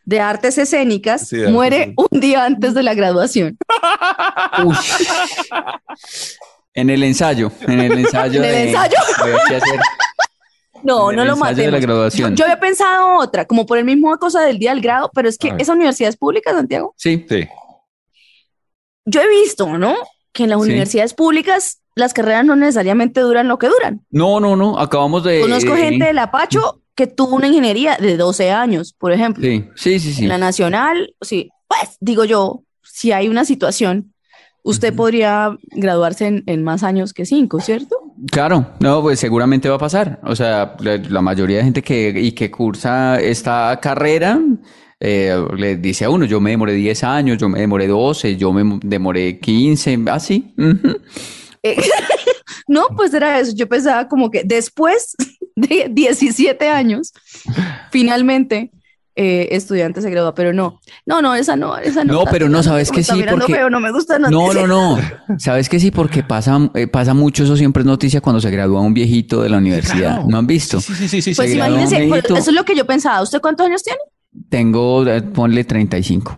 Speaker 5: de artes escénicas
Speaker 3: Sí, de artes
Speaker 5: muere un día antes de la graduación.
Speaker 4: Uy. En el ensayo, en el
Speaker 5: [LAUGHS]
Speaker 4: ensayo.
Speaker 5: ¿En el
Speaker 4: de-
Speaker 5: ensayo?
Speaker 4: de ver qué hacer.
Speaker 5: No,
Speaker 4: En
Speaker 5: no
Speaker 4: el
Speaker 5: lo
Speaker 4: ensayo
Speaker 5: maté.
Speaker 4: de la
Speaker 5: Yo,
Speaker 4: graduación.
Speaker 5: yo había pensado otra, como por el mismo cosa del día del grado, pero es que esa universidad es pública, Santiago.
Speaker 4: Sí.
Speaker 3: [LAUGHS] Sí. [LAUGHS]
Speaker 5: Yo he visto, ¿no? Que en las
Speaker 4: Sí.
Speaker 5: universidades públicas las carreras no necesariamente duran lo que duran.
Speaker 4: No, no, no. Acabamos de.
Speaker 5: Conozco
Speaker 4: eh,
Speaker 5: gente del Apacho que tuvo una ingeniería de 12 años, por ejemplo.
Speaker 4: Sí, sí, sí. sí.
Speaker 5: En la nacional, sí, pues digo yo, si hay una situación, usted podría graduarse en, en más años que cinco, ¿cierto?
Speaker 4: Claro, no, pues seguramente va a pasar. O sea, la, la mayoría de gente que, y que cursa esta carrera eh, le dice a uno, yo me demoré 10 años, yo me demoré 12, yo me demoré 15, así. ujú.
Speaker 5: Eh, no, pues era eso. Yo [LAUGHS] pensaba como que después de 17 años, finalmente eh, estudiante se gradúa, pero no. No, no, esa no, esa no.
Speaker 4: No,
Speaker 5: está
Speaker 4: pero no,
Speaker 5: tirando,
Speaker 4: sabes
Speaker 5: me
Speaker 4: que
Speaker 5: está
Speaker 4: sí,
Speaker 5: mirando
Speaker 4: porque...
Speaker 5: feo, no me gusta
Speaker 4: No, no, no. Sabes que sí, porque pasa, eh, pasa mucho, eso siempre es noticia cuando se gradúa un viejito de la universidad.
Speaker 5: claro.
Speaker 4: ¿No han visto?
Speaker 3: Sí, sí,
Speaker 5: Pues
Speaker 4: Se gradúa un
Speaker 5: imagínense, pues,
Speaker 4: viejito.
Speaker 5: eso es lo que yo pensaba. ¿Usted cuántos años
Speaker 4: [LAUGHS]
Speaker 5: tiene?
Speaker 4: Tengo, eh, ponle 35.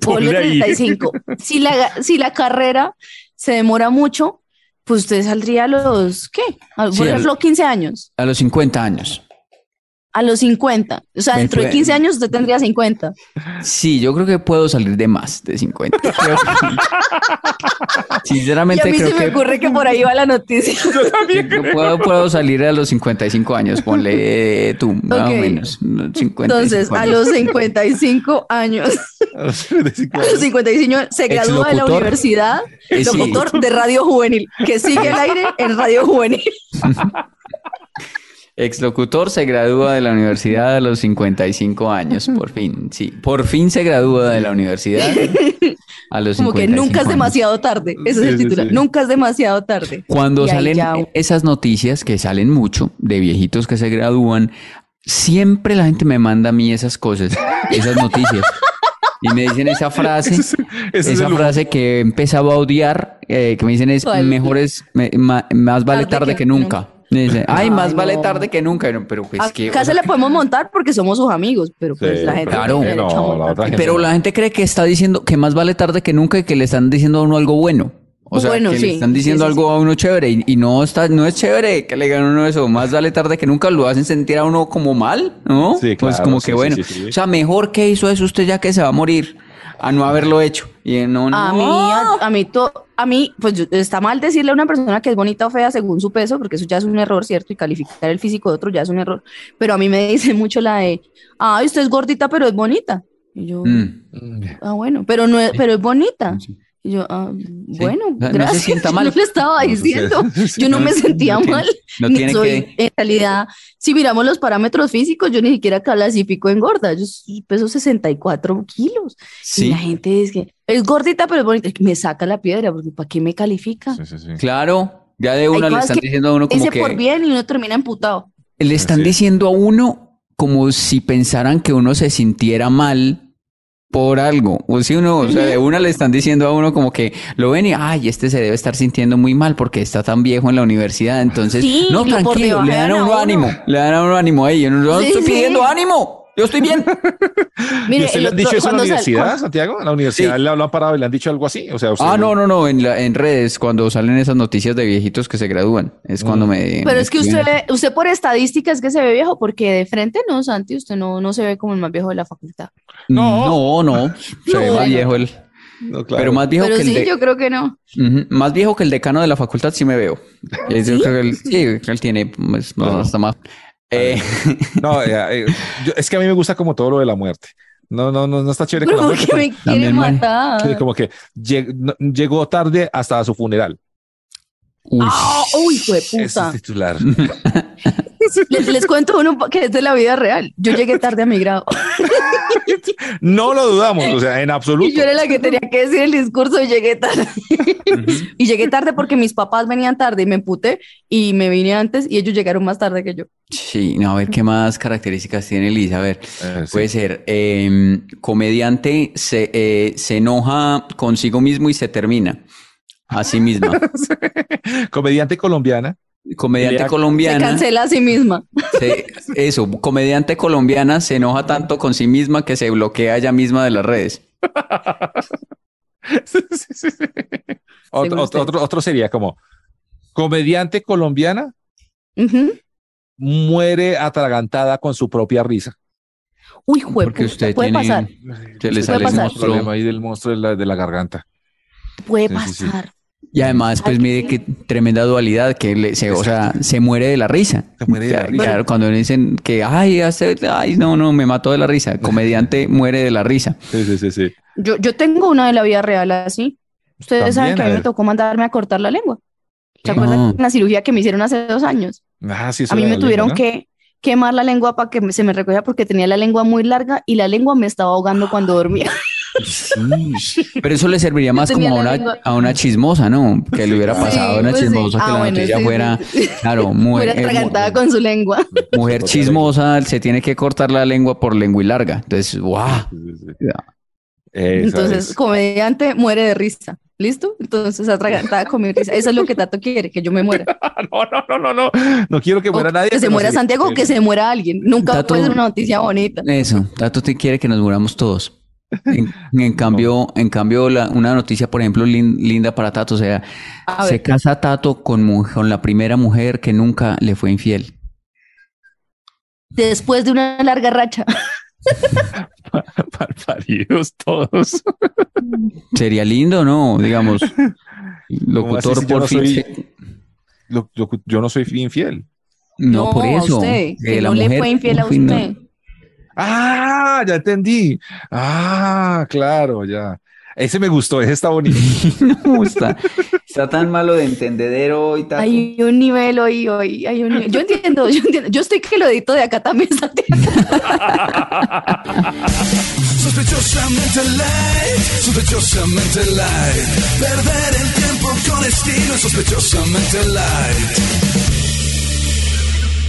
Speaker 5: Ponle 35. Si la, si la carrera se demora mucho, pues usted saldría a los, ¿qué? A,
Speaker 4: Sí,
Speaker 5: por
Speaker 4: al-
Speaker 5: ejemplo, 15 años,
Speaker 4: A los 50 años.
Speaker 5: a los 50. O sea, dentro de
Speaker 4: 20.
Speaker 5: 15 años usted tendría 50.
Speaker 4: Sí, yo creo que puedo salir de más
Speaker 5: [LAUGHS]
Speaker 4: de 50. Creo
Speaker 5: Y
Speaker 4: que-
Speaker 5: a
Speaker 4: Sinceramente,
Speaker 5: mí
Speaker 4: creo
Speaker 5: se me
Speaker 4: que
Speaker 5: ocurre que por ahí va la noticia.
Speaker 4: [LAUGHS]
Speaker 5: Yo también
Speaker 4: yo puedo, puedo salir a los 55 años, ponle eh, tú, más
Speaker 5: Ok.
Speaker 4: o menos. 55
Speaker 5: Entonces, a
Speaker 4: años.
Speaker 5: los 55 años, a los 55 se gradúa de la
Speaker 4: Pues, Exlocutor.
Speaker 5: universidad,
Speaker 4: Eh, sí.
Speaker 5: locutor de Radio Juvenil, que sigue al aire en Radio Juvenil.
Speaker 4: Exlocutor se gradúa de la universidad a los 55 años, por fin, sí. Por fin se gradúa de
Speaker 5: [LAUGHS]
Speaker 4: la universidad a los 55
Speaker 5: Como que nunca es
Speaker 4: años.
Speaker 5: demasiado tarde. Ese es el
Speaker 4: Sí, sí,
Speaker 5: título.
Speaker 4: sí.
Speaker 5: Nunca es demasiado tarde.
Speaker 4: Cuando
Speaker 5: Y ahí
Speaker 4: salen
Speaker 5: ya-
Speaker 4: esas noticias, que salen mucho, de viejitos que se gradúan, siempre la gente me manda a mí esas cosas, esas noticias. Y me dicen esa frase,
Speaker 3: ese es
Speaker 4: esa
Speaker 3: el humor.
Speaker 4: frase que he empezado a odiar, eh, que me dicen es
Speaker 3: ¿Cuál?
Speaker 4: mejores, me- ma- más vale tarde, que, nunca. Me dicen, ay,
Speaker 5: Ay,
Speaker 4: más
Speaker 5: no. Ah,
Speaker 4: vale tarde que nunca. Pero, pero pues que... o
Speaker 5: Acá se
Speaker 4: sea,
Speaker 5: la podemos montar porque somos sus amigos, pero pues
Speaker 4: Sí,
Speaker 5: la gente.
Speaker 4: claro.
Speaker 5: tiene derecho a
Speaker 4: No, la
Speaker 5: montar.
Speaker 4: otra gente Pero la gente cree que está diciendo que más vale tarde que nunca y que le están diciendo a uno algo bueno. O sea,
Speaker 5: Bueno,
Speaker 4: que
Speaker 5: sí,
Speaker 4: le están diciendo
Speaker 5: sí, sí,
Speaker 4: algo a uno chévere y, y no está, no es chévere que le digan a uno eso. Más vale tarde que nunca lo hacen sentir a uno como mal, ¿no?
Speaker 3: Sí,
Speaker 4: pues
Speaker 3: claro,
Speaker 4: como
Speaker 3: sí,
Speaker 4: que
Speaker 3: sí,
Speaker 4: bueno.
Speaker 3: sí, sí.
Speaker 4: O sea, mejor que hizo eso usted ya que se va a morir a no haberlo hecho. Y no, no.
Speaker 5: A mí, a, a mí, to- a mí, pues yo- está mal decirle a una persona que es bonita o fea según su peso, porque eso ya es un error, ¿cierto? Y calificar el físico de otro ya es un error. Pero a mí me [LAUGHS] dice mucho la de, ay, usted es gordita, pero es bonita. Y yo,
Speaker 4: Mm.
Speaker 5: ah, bueno, pero no es, pero es bonita. Y yo, ah, bueno,
Speaker 4: O sea, no se
Speaker 5: gracias.
Speaker 4: sienta mal.
Speaker 5: [LAUGHS] Yo le estaba
Speaker 4: No se-
Speaker 5: diciendo,
Speaker 4: [LAUGHS] sí,
Speaker 5: yo no,
Speaker 4: no-
Speaker 5: me sentía
Speaker 4: no tiene-
Speaker 5: mal.
Speaker 4: no
Speaker 5: Ni
Speaker 4: tiene
Speaker 5: soy-
Speaker 4: que-
Speaker 5: En realidad, si miramos los parámetros físicos, yo ni siquiera clasifico en gorda. Yo s- peso 64 kilos.
Speaker 4: Sí.
Speaker 5: Y la gente es que es gordita, pero es bonita. Me saca la piedra, porque ¿para qué me califica?
Speaker 4: Claro, ya de
Speaker 5: Hay
Speaker 4: una le
Speaker 5: cosas
Speaker 4: están
Speaker 5: que
Speaker 4: diciendo a uno como
Speaker 5: dice
Speaker 4: que.
Speaker 5: por bien y uno termina
Speaker 4: [GASPS]
Speaker 5: emputado.
Speaker 4: Le están diciendo a uno como si pensaran que uno se sintiera mal por algo. O si uno, o sea, de una le están diciendo a uno como que lo ven y, ay, este se debe estar sintiendo muy mal porque está tan viejo en la universidad. Entonces,
Speaker 3: Sí,
Speaker 4: no,
Speaker 3: lo por
Speaker 4: tranquilo, le dan
Speaker 3: debajean
Speaker 4: a
Speaker 3: a
Speaker 4: uno
Speaker 3: uno.
Speaker 4: ánimo, le dan a uno ánimo ahí. Yo no no
Speaker 3: Sí,
Speaker 4: estoy
Speaker 3: sí.
Speaker 4: pidiendo ánimo, yo estoy bien.
Speaker 3: ¿Y
Speaker 4: Mire,
Speaker 3: usted
Speaker 4: el
Speaker 3: le han
Speaker 4: otro-
Speaker 3: dicho eso en la
Speaker 4: cuando sal-
Speaker 3: universidad,
Speaker 4: cuando-
Speaker 3: Santiago? ¿En la universidad le- lo han parado y le han dicho algo así? O sea, usted-
Speaker 4: Ah, no, no, no, en, la- en redes, cuando salen esas noticias de viejitos que se gradúan, es cuando me...
Speaker 5: Pero
Speaker 4: me
Speaker 5: es que
Speaker 4: escriben
Speaker 5: usted, usted por estadísticas que se ve viejo, porque de frente no, Santi, usted no, no se ve como el más viejo de la facultad.
Speaker 4: No, no, se ve más viejo el. Pero más viejo
Speaker 5: Pero
Speaker 4: que el
Speaker 5: sí,
Speaker 4: de-
Speaker 5: yo creo que no.
Speaker 4: Ujú, Más viejo que el decano de la facultad, sí me veo. Eh, yo creo que él, sí, creo que él tiene pues, no, hasta más. Eh,
Speaker 3: No, eh, eh, yo- es que a mí me gusta como todo lo de la muerte. No, no, no, no está chévere. con la
Speaker 5: Pero
Speaker 3: muerte,
Speaker 5: que me
Speaker 3: pero-
Speaker 5: quiere matar.
Speaker 3: Sí, como que lleg- no- llegó tarde hasta su funeral.
Speaker 4: Uy,
Speaker 5: Ah, uy, fue
Speaker 4: [LAUGHS]
Speaker 5: puta.
Speaker 3: titular.
Speaker 5: Les, les cuento uno que es de la vida real. Yo llegué tarde a mi
Speaker 4: [LAUGHS]
Speaker 5: grado.
Speaker 3: No lo dudamos, o sea, en absoluto.
Speaker 5: Y yo era la que tenía que decir el discurso y llegué tarde. [LAUGHS] y llegué tarde porque mis papás venían tarde y me emputé y me vine antes y ellos llegaron más tarde que yo.
Speaker 4: sí, no, a ver qué más características tiene Elisa. A ver, puede ser eh, comediante, se, eh, se enoja consigo mismo y se termina a sí misma. [LAUGHS]
Speaker 3: Comediante colombiana.
Speaker 4: Comediante colombiana.
Speaker 5: Se cancela a sí misma.
Speaker 4: Se- eso, comediante colombiana se enoja tanto con sí misma que se bloquea ella misma de las redes.
Speaker 3: Ot- ot- Otro, otro sería como comediante colombiana
Speaker 5: Ujú.
Speaker 3: muere atragantada con su propia risa.
Speaker 5: Uy, juez,
Speaker 3: Porque usted
Speaker 5: puede
Speaker 3: tiene-
Speaker 5: pasar.
Speaker 4: Se le
Speaker 3: Sí,
Speaker 4: sale el
Speaker 3: tenemos
Speaker 4: monstruo.
Speaker 3: problema ahí del monstruo de la, de la garganta.
Speaker 5: Puede
Speaker 3: Sí, sí, sí.
Speaker 5: pasar.
Speaker 4: Y además, pues mire qué tremenda dualidad que le- se, o sea, se muere de la risa. Se muere
Speaker 3: de la risa.
Speaker 4: Claro, cuando le dicen que, ay, hace- ay, no, no, me mató de la risa.
Speaker 3: [LAUGHS]
Speaker 4: Comediante muere de la risa.
Speaker 3: Sí, sí, sí, sí.
Speaker 5: Yo, yo tengo una de la vida real así. Ustedes saben
Speaker 4: También,
Speaker 5: que a
Speaker 4: a
Speaker 5: mí me
Speaker 4: ver. Ah.
Speaker 5: tocó mandarme a cortar la lengua. ¿Se
Speaker 4: No.
Speaker 5: acuerdan de la cirugía que me hicieron hace dos años?
Speaker 3: Ah, sí, eso
Speaker 5: a mí
Speaker 3: era la
Speaker 5: me
Speaker 3: lengua,
Speaker 5: tuvieron
Speaker 3: ¿no?
Speaker 5: que
Speaker 3: Ah,
Speaker 5: quemar la lengua para que me- se me recogiera porque tenía la lengua muy larga y la lengua me estaba ahogando cuando dormía. [LAUGHS]
Speaker 4: Sí. Pero eso le serviría más
Speaker 5: tenía
Speaker 4: como a
Speaker 5: la
Speaker 4: una,
Speaker 5: lengua-
Speaker 4: a una chismosa, ¿no? Que le hubiera
Speaker 5: Sí,
Speaker 4: pasado a una
Speaker 5: pues sí.
Speaker 4: chismosa que
Speaker 5: Ah,
Speaker 4: la
Speaker 5: bueno,
Speaker 4: noticia
Speaker 5: sí,
Speaker 4: fuera, claro, mujer,
Speaker 5: Fuera
Speaker 4: eh, mu-
Speaker 5: atragantada con su lengua. [LAUGHS]
Speaker 4: mujer chismosa se tiene que cortar la lengua por lengua y larga. Entonces, ¡guau!
Speaker 5: Entonces, comediante muere de risa. ¿Listo? Entonces, atragantada con mi risa. Eso es lo que Tato quiere, que yo me muera.
Speaker 3: [LAUGHS] No, no, no, no, no. No quiero [LAUGHS] que muera nadie.
Speaker 5: Que se
Speaker 3: pero
Speaker 5: muera
Speaker 3: sí-
Speaker 5: Santiago
Speaker 3: [LAUGHS]
Speaker 5: o que se muera alguien. Nunca
Speaker 4: Tato-
Speaker 5: puede ser una noticia bonita.
Speaker 4: Eso, Tato te quiere que nos muramos todos.
Speaker 5: [LAUGHS]
Speaker 4: En, en cambio, en cambio la- una noticia, por ejemplo, lin- linda para Tato, o sea,
Speaker 5: A
Speaker 4: se
Speaker 5: ver.
Speaker 4: casa Tato con, mu- con la primera mujer que nunca le fue infiel.
Speaker 5: Después de una larga racha.
Speaker 3: Paridos todos.
Speaker 4: Sería lindo, ¿no?
Speaker 5: [LAUGHS]
Speaker 4: Digamos, locutor
Speaker 3: así si yo
Speaker 4: por
Speaker 3: no
Speaker 4: fin.
Speaker 3: soy-
Speaker 4: se-
Speaker 3: Lo- lo- yo no soy infiel.
Speaker 4: No,
Speaker 5: No,
Speaker 4: por
Speaker 5: a
Speaker 4: eso.
Speaker 5: usted,
Speaker 4: que
Speaker 5: que
Speaker 4: la
Speaker 5: no le
Speaker 4: mujer-
Speaker 5: fue infiel a
Speaker 4: Uy, no. [LAUGHS]
Speaker 5: usted.
Speaker 3: Ah, ya entendí. Ah, claro, ya. Ese me gustó, ese está bonito.
Speaker 5: [LAUGHS]
Speaker 4: No, está, está tan malo de entendedero y tal.
Speaker 5: Hay un nivel hoy, hoy, hay un nivel. Yo entiendo, yo entiendo. Yo estoy que lo edito de acá también, Santiago.
Speaker 6: Sospechosamente light, sospechosamente light. Perder el tiempo con estilo, sospechosamente light.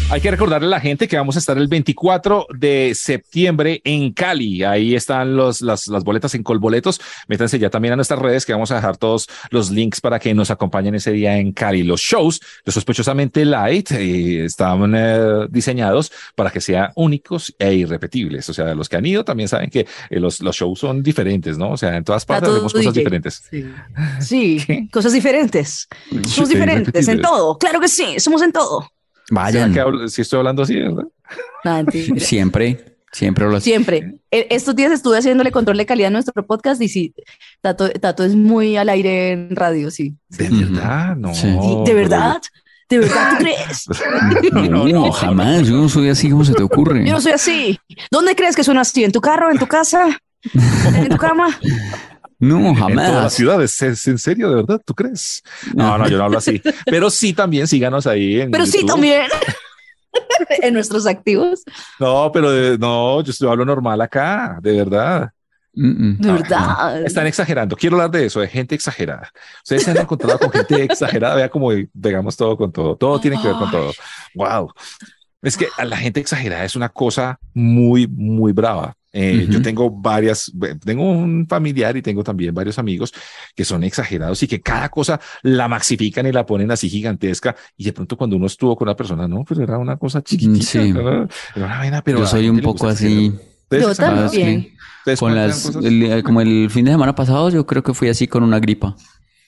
Speaker 3: Hay que recordarle a la gente que vamos a estar el 24 de septiembre en Cali. Ahí están los, las, las boletas en Colboletos. Métanse ya también a nuestras redes que vamos a dejar todos los links para que nos acompañen ese día en Cali. Los shows de Sospechosamente Light eh, están eh, diseñados para que sean únicos e irrepetibles. O sea, los que han ido también saben que eh, los, los shows son diferentes, ¿no? O sea, en todas partes
Speaker 8: todo
Speaker 3: vemos cosas
Speaker 8: DJ.
Speaker 3: diferentes.
Speaker 5: [LAUGHS]
Speaker 8: Sí, cosas diferentes. Somos
Speaker 3: Sí,
Speaker 8: diferentes en
Speaker 3: irrepetibles.
Speaker 8: todo. Claro que sí, somos en todo.
Speaker 3: Vayan. si estoy hablando así, ¿verdad?
Speaker 5: Nada,
Speaker 4: [LAUGHS]
Speaker 5: mentira.
Speaker 4: Siempre, siempre lo
Speaker 5: Siempre. E- Estos días estuve haciéndole control de calidad a nuestro podcast y sí, Tato, Tato es muy al aire en radio, sí.
Speaker 3: De verdad, no.
Speaker 4: Oh,
Speaker 8: Sí, ¿De verdad? ¿De verdad tú
Speaker 4: [LAUGHS]
Speaker 8: crees?
Speaker 5: [LAUGHS]
Speaker 4: No, no, jamás. Yo no soy así como se te ocurre.
Speaker 8: Yo no soy así. ¿Dónde crees que suena así? ¿En tu carro? ¿En tu casa? ¿En tu
Speaker 4: [LAUGHS]
Speaker 8: cama?
Speaker 4: No,
Speaker 3: En todas las
Speaker 4: jamás.
Speaker 3: ciudades. ¿Es en serio, de verdad? ¿Tú crees? No, no, yo no hablo así. [LAUGHS] Pero sí también síganos ahí en
Speaker 5: Pero sí,
Speaker 3: YouTube.
Speaker 5: también. [LAUGHS] en nuestros activos.
Speaker 3: No, pero de- no, yo estoy- hablo normal acá, de verdad.
Speaker 4: Ah,
Speaker 5: De verdad.
Speaker 3: Están exagerando. Quiero hablar de eso, de gente exagerada. Ustedes se han encontrado con gente exagerada. Vea cómo pegamos todo con todo. Todo tiene que ver con todo. Wow. Es que a la gente exagerada es una cosa muy, muy brava. Eh, Yo tengo varias, tengo un familiar y tengo también varios amigos que son exagerados y que cada cosa la maxifican y la ponen así gigantesca. Y de pronto cuando uno estuvo con una persona, no, pero era una cosa chiquitita.
Speaker 4: Mm, sí.
Speaker 3: ¿verdad? Era una vaina, pero
Speaker 4: Yo
Speaker 3: a la
Speaker 4: soy
Speaker 3: gente
Speaker 4: un
Speaker 3: le
Speaker 4: poco
Speaker 3: gusta exagerar.
Speaker 4: así.
Speaker 3: Ustedes
Speaker 5: Yo
Speaker 3: exageran.
Speaker 4: ¿sabes
Speaker 5: también.
Speaker 4: qué?
Speaker 3: Ustedes
Speaker 4: Con
Speaker 3: cuentan
Speaker 4: las,
Speaker 3: cosas-
Speaker 4: el- eh, como el fin de semana pasado, yo creo que fui así con una gripa.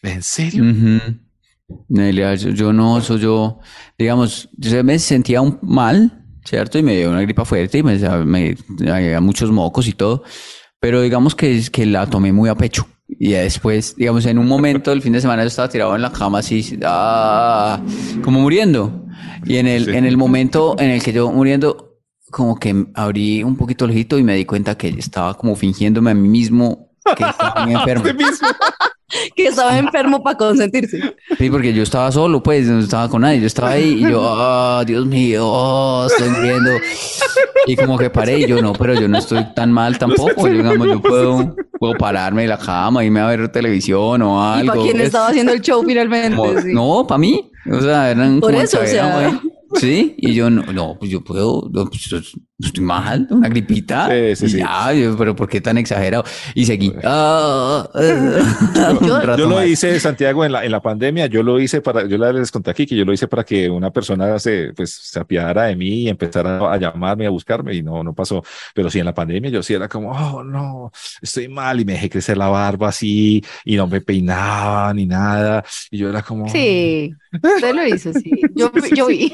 Speaker 3: ¿En serio?
Speaker 4: Ujú. Nelia, Yo, yo no, soy yo, digamos, yo me sentía un mal, ¿cierto? Y me dio una gripa fuerte y me, me- había muchos mocos y todo, pero digamos que, que la tomé muy a pecho. Y ya después, digamos, en un momento el fin de semana yo estaba tirado en la cama así, ah, como muriendo. Y en el, en el momento en el que yo muriendo, como que abrí un poquito el ojito y me di cuenta que estaba como fingiéndome a mí mismo que estaba muy enfermo.
Speaker 5: Que estaba enfermo para consentirse.
Speaker 4: Sí, porque yo estaba solo, pues, no estaba con nadie. Yo estaba ahí y yo, ah, Dios mío, oh, estoy muriendo. Y como que paré y yo, no, pero yo no estoy tan mal tampoco. Yo, digamos, yo puedo, puedo pararme de la cama, irme a ver televisión o
Speaker 5: ¿Y
Speaker 4: algo.
Speaker 5: para quién
Speaker 4: ¿ves?
Speaker 5: estaba haciendo el show finalmente?
Speaker 4: Como-
Speaker 5: sí.
Speaker 4: No, para mí. O sea, eran
Speaker 5: Por
Speaker 4: como
Speaker 5: eso, o
Speaker 4: exagerados,
Speaker 5: sea.
Speaker 4: ¿eh? Sí, y yo, no, no, pues yo puedo, no, pues, yo estoy mal, una gripita. y ya, yo, pero ¿por qué tan exagerado? Y seguí. ah, ah, ah, un
Speaker 3: Yo,
Speaker 4: rato
Speaker 3: lo
Speaker 4: más.
Speaker 3: hice, Santiago, en la, en la pandemia, yo lo hice para, yo la- les conté aquí que yo lo hice para que una persona se, pues, se apiadara de mí y empezara a llamarme, a buscarme y no, no pasó. Pero sí, en la pandemia yo sí era como, oh, no, estoy mal y me dejé crecer la barba así y no me peinaba ni nada. Y yo era como,
Speaker 5: Sí, usted lo hizo, sí. Yo, yo vi.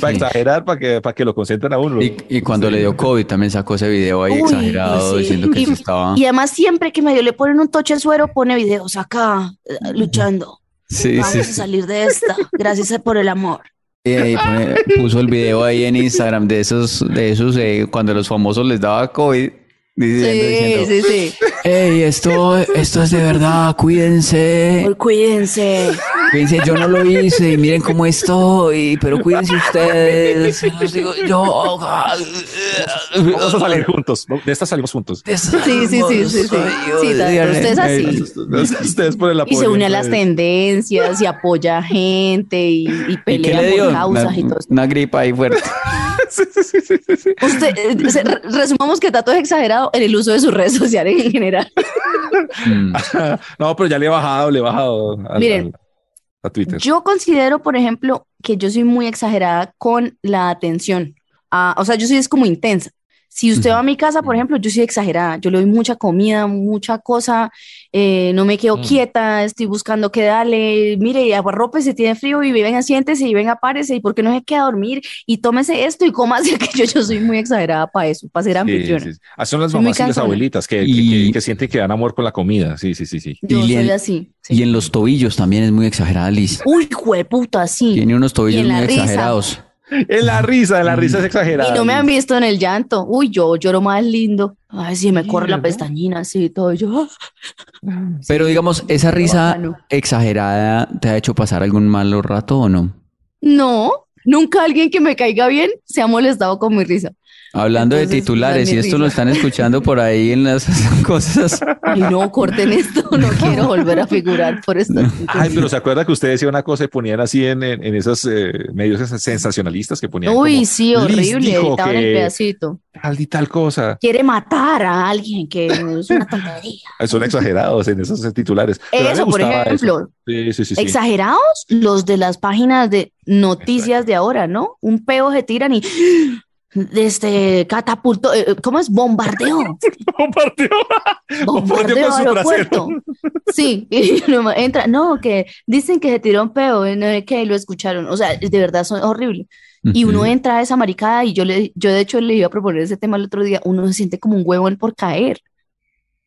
Speaker 3: para "Mm, exagerar, para que, para que lo consientan a uno.
Speaker 4: Y, y cuando le dio COVID también sacó ese video ahí
Speaker 8: Uy, pues
Speaker 4: exagerado
Speaker 8: sí.
Speaker 4: diciendo que
Speaker 8: y,
Speaker 4: eso estaba.
Speaker 8: y además siempre que medio le ponen un toche al suero, pone videos acá, eh, luchando.
Speaker 4: Sí,
Speaker 8: Vamos
Speaker 4: sí.
Speaker 8: a salir de esta. Gracias por el amor.
Speaker 4: Y ahí pone- puso el video ahí en Instagram de esos, de esos, eh, cuando los famosos les daba COVID. Diciendo,
Speaker 8: Sí,
Speaker 4: diciendo,
Speaker 8: sí, sí.
Speaker 4: "Ey, esto, esto es de verdad, cuídense.
Speaker 8: Cuídense.
Speaker 4: Cuídense, yo no lo hice y miren cómo estoy, pero cuídense ustedes. Los digo, yo. oh,
Speaker 3: Vamos a salir juntos. De estas salimos juntos.
Speaker 5: Sí, sí, sí, sí, sí. Sí, tal- usted es así.
Speaker 3: Ustedes por el
Speaker 5: Y
Speaker 3: apoyo.
Speaker 5: se une a las
Speaker 3: ustedes.
Speaker 5: tendencias y apoya a gente y, y
Speaker 4: pues. ¿Y qué
Speaker 5: pelea
Speaker 4: le dio?
Speaker 5: por
Speaker 4: Una,
Speaker 5: causas y todo.
Speaker 4: una gripa ahí fuerte.
Speaker 5: [LAUGHS] Usted, eh, se- re- resumamos que Tato es exagerado en el uso de sus redes sociales en general. Mm.
Speaker 4: Ah,
Speaker 3: no, pero ya le he bajado, le he bajado al-
Speaker 5: Miren.
Speaker 3: al- a Twitter.
Speaker 5: Yo considero, por ejemplo, que yo soy muy exagerada con la atención. Ah, o sea, yo soy es como intensa. Si usted va a mi casa, por ejemplo, yo soy exagerada. Yo le doy mucha comida, mucha cosa. eh, no me quedo
Speaker 9: Mm.
Speaker 5: quieta, estoy buscando qué darle. Mire, arrope se tiene frío y venga, siéntese y venga, párese. ¿Y por qué no se queda a dormir? Y tómese esto y [LAUGHS] cómase aquello. Yo soy muy exagerada para eso, para ser
Speaker 3: Sí,
Speaker 5: anfitriona.
Speaker 3: sí, sí. Ah, son las
Speaker 5: Soy muy
Speaker 3: mamás y las
Speaker 5: cansona.
Speaker 3: abuelitas que, que- que- que sienten que dan amor con la comida. Sí, sí, sí, sí.
Speaker 5: Yo
Speaker 4: y,
Speaker 5: soy
Speaker 4: en,
Speaker 5: así.
Speaker 4: y en los tobillos también es muy exagerada, Liz.
Speaker 5: Uy, jueputa, sí.
Speaker 4: Tiene unos tobillos
Speaker 5: en la
Speaker 4: muy
Speaker 5: risa.
Speaker 4: exagerados.
Speaker 3: [LAUGHS] En la risa, en la risa es
Speaker 5: Y
Speaker 3: exagerada.
Speaker 5: no me han visto en el llanto. Uy, yo lloro más lindo. Ay, sí, me corre la pestañina, así y todo. Yo, "Ah,
Speaker 4: Pero digamos, ¿esa risa exagerada te ha hecho pasar algún malo rato o no?
Speaker 5: no, nunca alguien que me caiga bien se ha molestado con mi risa.
Speaker 4: Hablando de
Speaker 5: Entonces,
Speaker 4: titulares,
Speaker 5: dame
Speaker 4: si esto lo
Speaker 5: risa.
Speaker 4: están escuchando por ahí en las [LAUGHS] cosas.
Speaker 5: Ay, no, corten esto, [LAUGHS] no quiero volver a figurar por esto.
Speaker 3: Ay, pero se acuerda que usted decía una cosa y ponían así en, en, en esos eh, medios sensacionalistas que ponían.
Speaker 5: Uy,
Speaker 3: como,
Speaker 5: sí,
Speaker 3: "Liz
Speaker 5: horrible,
Speaker 3: dijo
Speaker 5: editaban el
Speaker 3: que
Speaker 5: pedacito.
Speaker 3: Tal y tal cosa.
Speaker 5: Quiere matar a alguien que es una tontería.
Speaker 3: Ay, Ah, Son exagerados en esos eh, titulares. Pero a mí me
Speaker 5: Eso, por
Speaker 3: gustaba
Speaker 5: ejemplo.
Speaker 3: Sí, sí, sí, sí. [LAUGHS]
Speaker 5: Exagerados los de las páginas de noticias de ahora, ¿no? Un peo se tiran y [GASPS] este catapulto, eh, ¿cómo es? Bombardeo.
Speaker 3: Bombardeo.
Speaker 5: Bombardeo
Speaker 6: con su
Speaker 5: aeropuerto. [LAUGHS] Sí, y uno entra, no, que dicen que se tiró un peo, y no es que lo escucharon, o sea, de verdad son horrible. Y uno
Speaker 9: Ujú.
Speaker 5: entra a esa maricada y yo le, yo de hecho le iba a proponer ese tema el otro día, uno se siente como un huevón por caer.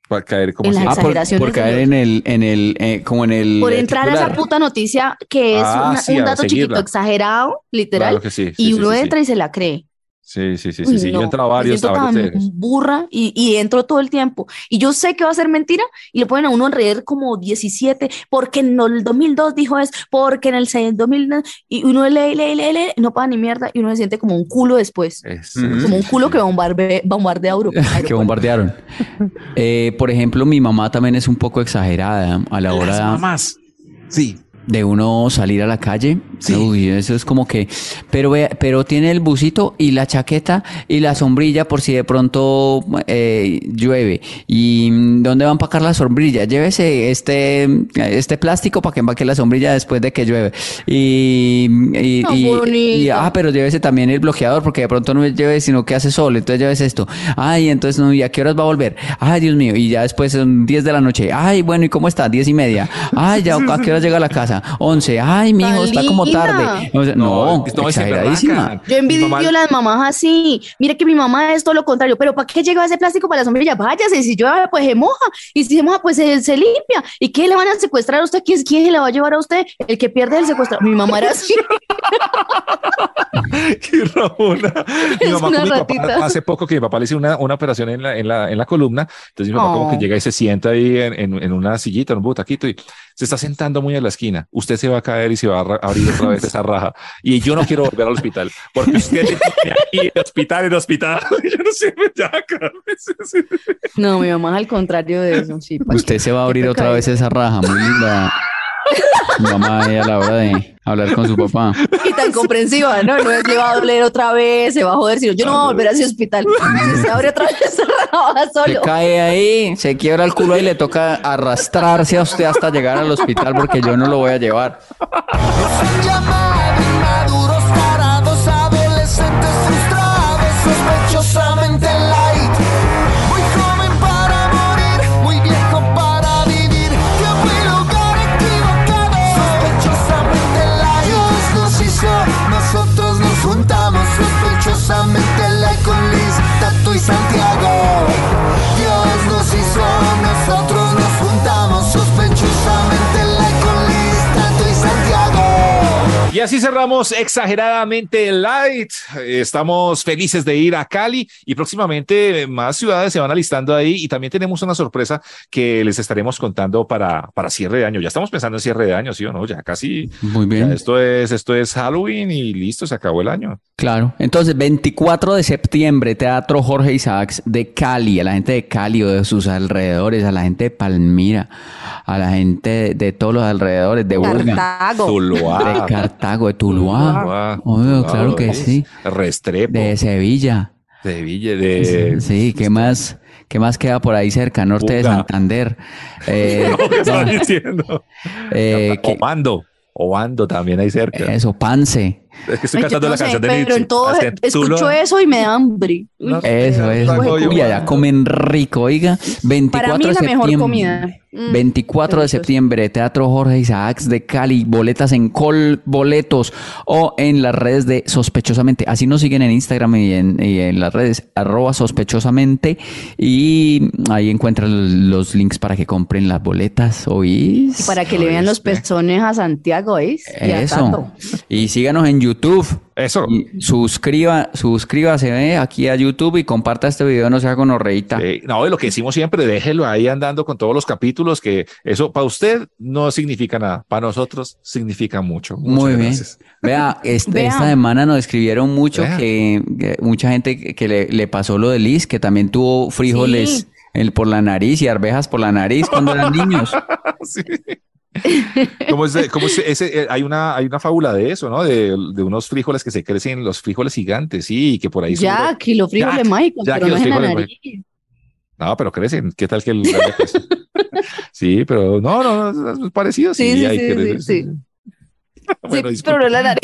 Speaker 3: Para caer como
Speaker 5: En las
Speaker 4: Ah, por,
Speaker 5: exageraciones
Speaker 4: por
Speaker 5: de
Speaker 4: caer en el, en el, eh, como en el.
Speaker 5: por
Speaker 4: eh,
Speaker 5: entrar a esa
Speaker 4: titular.
Speaker 5: puta noticia que es
Speaker 4: Ah,
Speaker 5: una-
Speaker 4: sí,
Speaker 5: un
Speaker 4: a
Speaker 5: dato
Speaker 4: seguirla.
Speaker 5: chiquito, exagerado, literal,
Speaker 3: Claro que sí, sí,
Speaker 5: y
Speaker 3: sí,
Speaker 5: uno
Speaker 3: sí, sí.
Speaker 5: entra y se la cree.
Speaker 3: Sí, sí, sí, sí. sí.
Speaker 5: Uy,
Speaker 3: Yo he
Speaker 5: no,
Speaker 3: entrado a
Speaker 5: me
Speaker 3: varios, a
Speaker 5: siento
Speaker 3: varios
Speaker 5: tan
Speaker 3: de esos.
Speaker 5: burra y, y entro todo el tiempo. Y yo sé que va a ser mentira y le ponen a uno en reír como 17, porque en el 2002 dijo es, porque en el 6 2000, na- y uno lee, lee, lee, lee, no paga ni mierda y uno se siente como un culo después.
Speaker 3: [LAUGHS]
Speaker 5: Como un culo que bombarde, bombardea Europa.
Speaker 4: [LAUGHS] que bombardearon. Eh, por ejemplo, mi mamá también es un poco exagerada a la hora
Speaker 3: mamás. Sí.
Speaker 4: de uno salir a la calle. Uy, eso es como que, pero vea- pero tiene el busito y la chaqueta y la sombrilla por si de pronto eh, llueve. ¿Y mm, dónde va a empacar la sombrilla? Llévese este, este plástico para que empaque la sombrilla después de que llueve. Y, y-
Speaker 6: Tan
Speaker 4: y- y,
Speaker 6: bonito.
Speaker 4: ah, pero llévese también el bloqueador porque de pronto no lleve sino que hace sol, entonces lleves esto. Ay, entonces no, ¿y a qué horas va a volver? Ay, Dios mío, y ya después son 10 de la noche. Ay, bueno, ¿y cómo está? 10 y media. Ay, ya a qué hora llega a la casa? 11. Ay, mi hijo,
Speaker 5: Tan
Speaker 4: está como
Speaker 5: linda.
Speaker 4: tarde. O sea, no,
Speaker 3: es- no, es
Speaker 4: exageradísima.
Speaker 3: emberraca.
Speaker 5: Yo envidio las mamás así. Mira que mi mamá es todo lo contrario. Pero ¿para qué llegó ese plástico para la sombrilla? Váyase, si llueve, pues se moja. Y si se moja, pues se, se limpia. ¿Y qué le van a secuestrar a usted? ¿Quién, quién se la va a llevar a usted? El que pierde el secuestro. Mi mamá
Speaker 3: [LAUGHS]
Speaker 5: era así.
Speaker 3: Y Ramona, mi
Speaker 5: Es
Speaker 3: mamá
Speaker 5: una
Speaker 3: con mi
Speaker 5: ratita.
Speaker 3: papá, hace poco que mi papá le hizo una, una operación en la, en, la, en la columna, entonces mi papá como
Speaker 5: Oh.
Speaker 3: que llega y se sienta ahí en, en- en una sillita, en un butaquito y se está sentando muy a la esquina, usted se va a caer y se va a ra- abrir otra vez esa raja y yo no quiero volver al hospital porque usted me tiene aquí en hospital, en hospital, yo no sé, ya, Carmen.
Speaker 5: No, mi mamá es al contrario de eso. Sí,
Speaker 3: pues.
Speaker 5: pa'
Speaker 4: Usted se va a abrir otra vez esa raja, muy linda. Mi mamá ahí a la hora de hablar con su papá.
Speaker 5: qué. Y tan comprensiva, ¿no? No es le va a doler otra vez, se va a joder. Sino, yo no voy a volver a ese hospital. Si se abre otra vez, [LAUGHS] se va
Speaker 4: Se
Speaker 5: solo.
Speaker 4: cae ahí, se quiebra el culo y le toca arrastrarse a usted hasta llegar al hospital porque yo no lo voy a llevar.
Speaker 6: Inmaduros, tarados, adolescentes frustrados, sospechosamente light. Muy joven para morir, muy viejo para vivir. Que fue lugar equivocado, sospechosamente light. Dios nos hizo, nosotros nos juntamos, sospechosamente light con Liz, Tato y Santiago. Dios nos hizo, nosotros nos juntamos, sospechosamente light con Liz, Tato y Santiago.
Speaker 3: Y así así cerramos exageradamente Light. Estamos felices de ir a Cali y próximamente más ciudades se van alistando ahí y también tenemos una sorpresa que les estaremos contando para, para cierre de año. Ya estamos pensando en cierre de año, ¿sí o no? Ya casi.
Speaker 4: Muy bien.
Speaker 3: ya esto es, esto es Halloween y listo, se acabó el año.
Speaker 4: Claro. Entonces, 24 de septiembre, Teatro Jorge Isaacs de Cali, a la gente de Cali o de sus alrededores, a la gente de Palmira, a la gente de, de todos los alrededores, de Buga,
Speaker 8: Cartago.
Speaker 3: Tuluá.
Speaker 4: de Cartago, de Tuluá.
Speaker 3: Tuluá,
Speaker 4: Obvio,
Speaker 3: Tuluá,
Speaker 4: claro que
Speaker 3: Rodríguez,
Speaker 4: sí. Oh.
Speaker 3: Restrepo.
Speaker 4: De Sevilla.
Speaker 3: Sevilla, de. [LAUGHS]
Speaker 4: Sí, ¿qué más? ¿Qué más queda por ahí cerca? Norte de
Speaker 3: Buga.
Speaker 4: [LAUGHS] Santander. Eh,
Speaker 3: No, ¿qué estás
Speaker 4: no,
Speaker 3: diciendo?
Speaker 4: eh, que-
Speaker 3: Obando. Obando también ahí cerca.
Speaker 4: eso, Pance.
Speaker 3: Es que estoy
Speaker 5: Ay, yo
Speaker 3: cantando
Speaker 5: no
Speaker 3: la
Speaker 5: sé,
Speaker 3: canción de
Speaker 5: Pero en
Speaker 3: Nietzsche.
Speaker 5: todo,
Speaker 3: Hasta en
Speaker 5: escucho
Speaker 3: Tuluá.
Speaker 5: eso y me da hambre. Uy,
Speaker 3: eh,
Speaker 4: Eso es.
Speaker 3: Taco y
Speaker 4: Uy, allá comen rico, oiga. 24
Speaker 5: Para mí
Speaker 4: de
Speaker 5: es la mejor
Speaker 4: septiembre.
Speaker 5: comida. Mm.
Speaker 4: 24 de septiembre, Teatro Jorge Isaacs de Cali, boletas en Col Boletos o en las redes de Sospechosamente. Así nos siguen en Instagram y en, y en las redes arroba sospechosamente y ahí encuentran los links para que compren las boletas, ¿oís?
Speaker 5: Y para que le vean los
Speaker 3: este.
Speaker 5: pezones a Santiago, ¿oís? Y a
Speaker 4: Eso.
Speaker 5: Tato.
Speaker 4: Y síganos en YouTube.
Speaker 3: Eso.
Speaker 4: Y suscriba, suscríbase ¿eh? aquí a YouTube y comparta este video, no sea conorreíta.
Speaker 3: Eh, no, y lo que decimos siempre, déjelo ahí andando con todos los capítulos, que eso para usted no significa nada, para nosotros significa mucho. Muchas
Speaker 4: Muy bien.
Speaker 3: gracias. [LAUGHS]
Speaker 4: [LAUGHS] Vea, este-
Speaker 5: Vea.
Speaker 4: esta semana nos escribieron mucho
Speaker 3: Vea.
Speaker 4: que, que mucha gente que- que le, le pasó lo de Liz, que también tuvo frijoles
Speaker 5: Sí.
Speaker 4: el- por la nariz y arvejas por la nariz cuando [LAUGHS] eran niños.
Speaker 3: ¿Cómo es, de- cómo es ese, eh, hay, una, hay una fábula de eso, ¿no? De, de unos frijoles que se crecen, los frijoles gigantes, sí, y que por ahí...
Speaker 5: Ya,
Speaker 3: seguro-
Speaker 5: kilo frijoles
Speaker 3: Ya,
Speaker 5: mágicos,
Speaker 3: ya,
Speaker 5: pero no es en
Speaker 3: kilos
Speaker 5: la
Speaker 3: frijoles
Speaker 5: nariz.
Speaker 3: No, pero crecen. ¿Qué tal que el... [LAUGHS] sí, pero no, no, no, es parecido. Sí,
Speaker 5: Sí, sí,
Speaker 3: hay
Speaker 5: sí,
Speaker 3: que-
Speaker 5: sí, sí.
Speaker 3: Bueno,
Speaker 5: sí, pero
Speaker 3: disculpe.
Speaker 5: no en la nariz.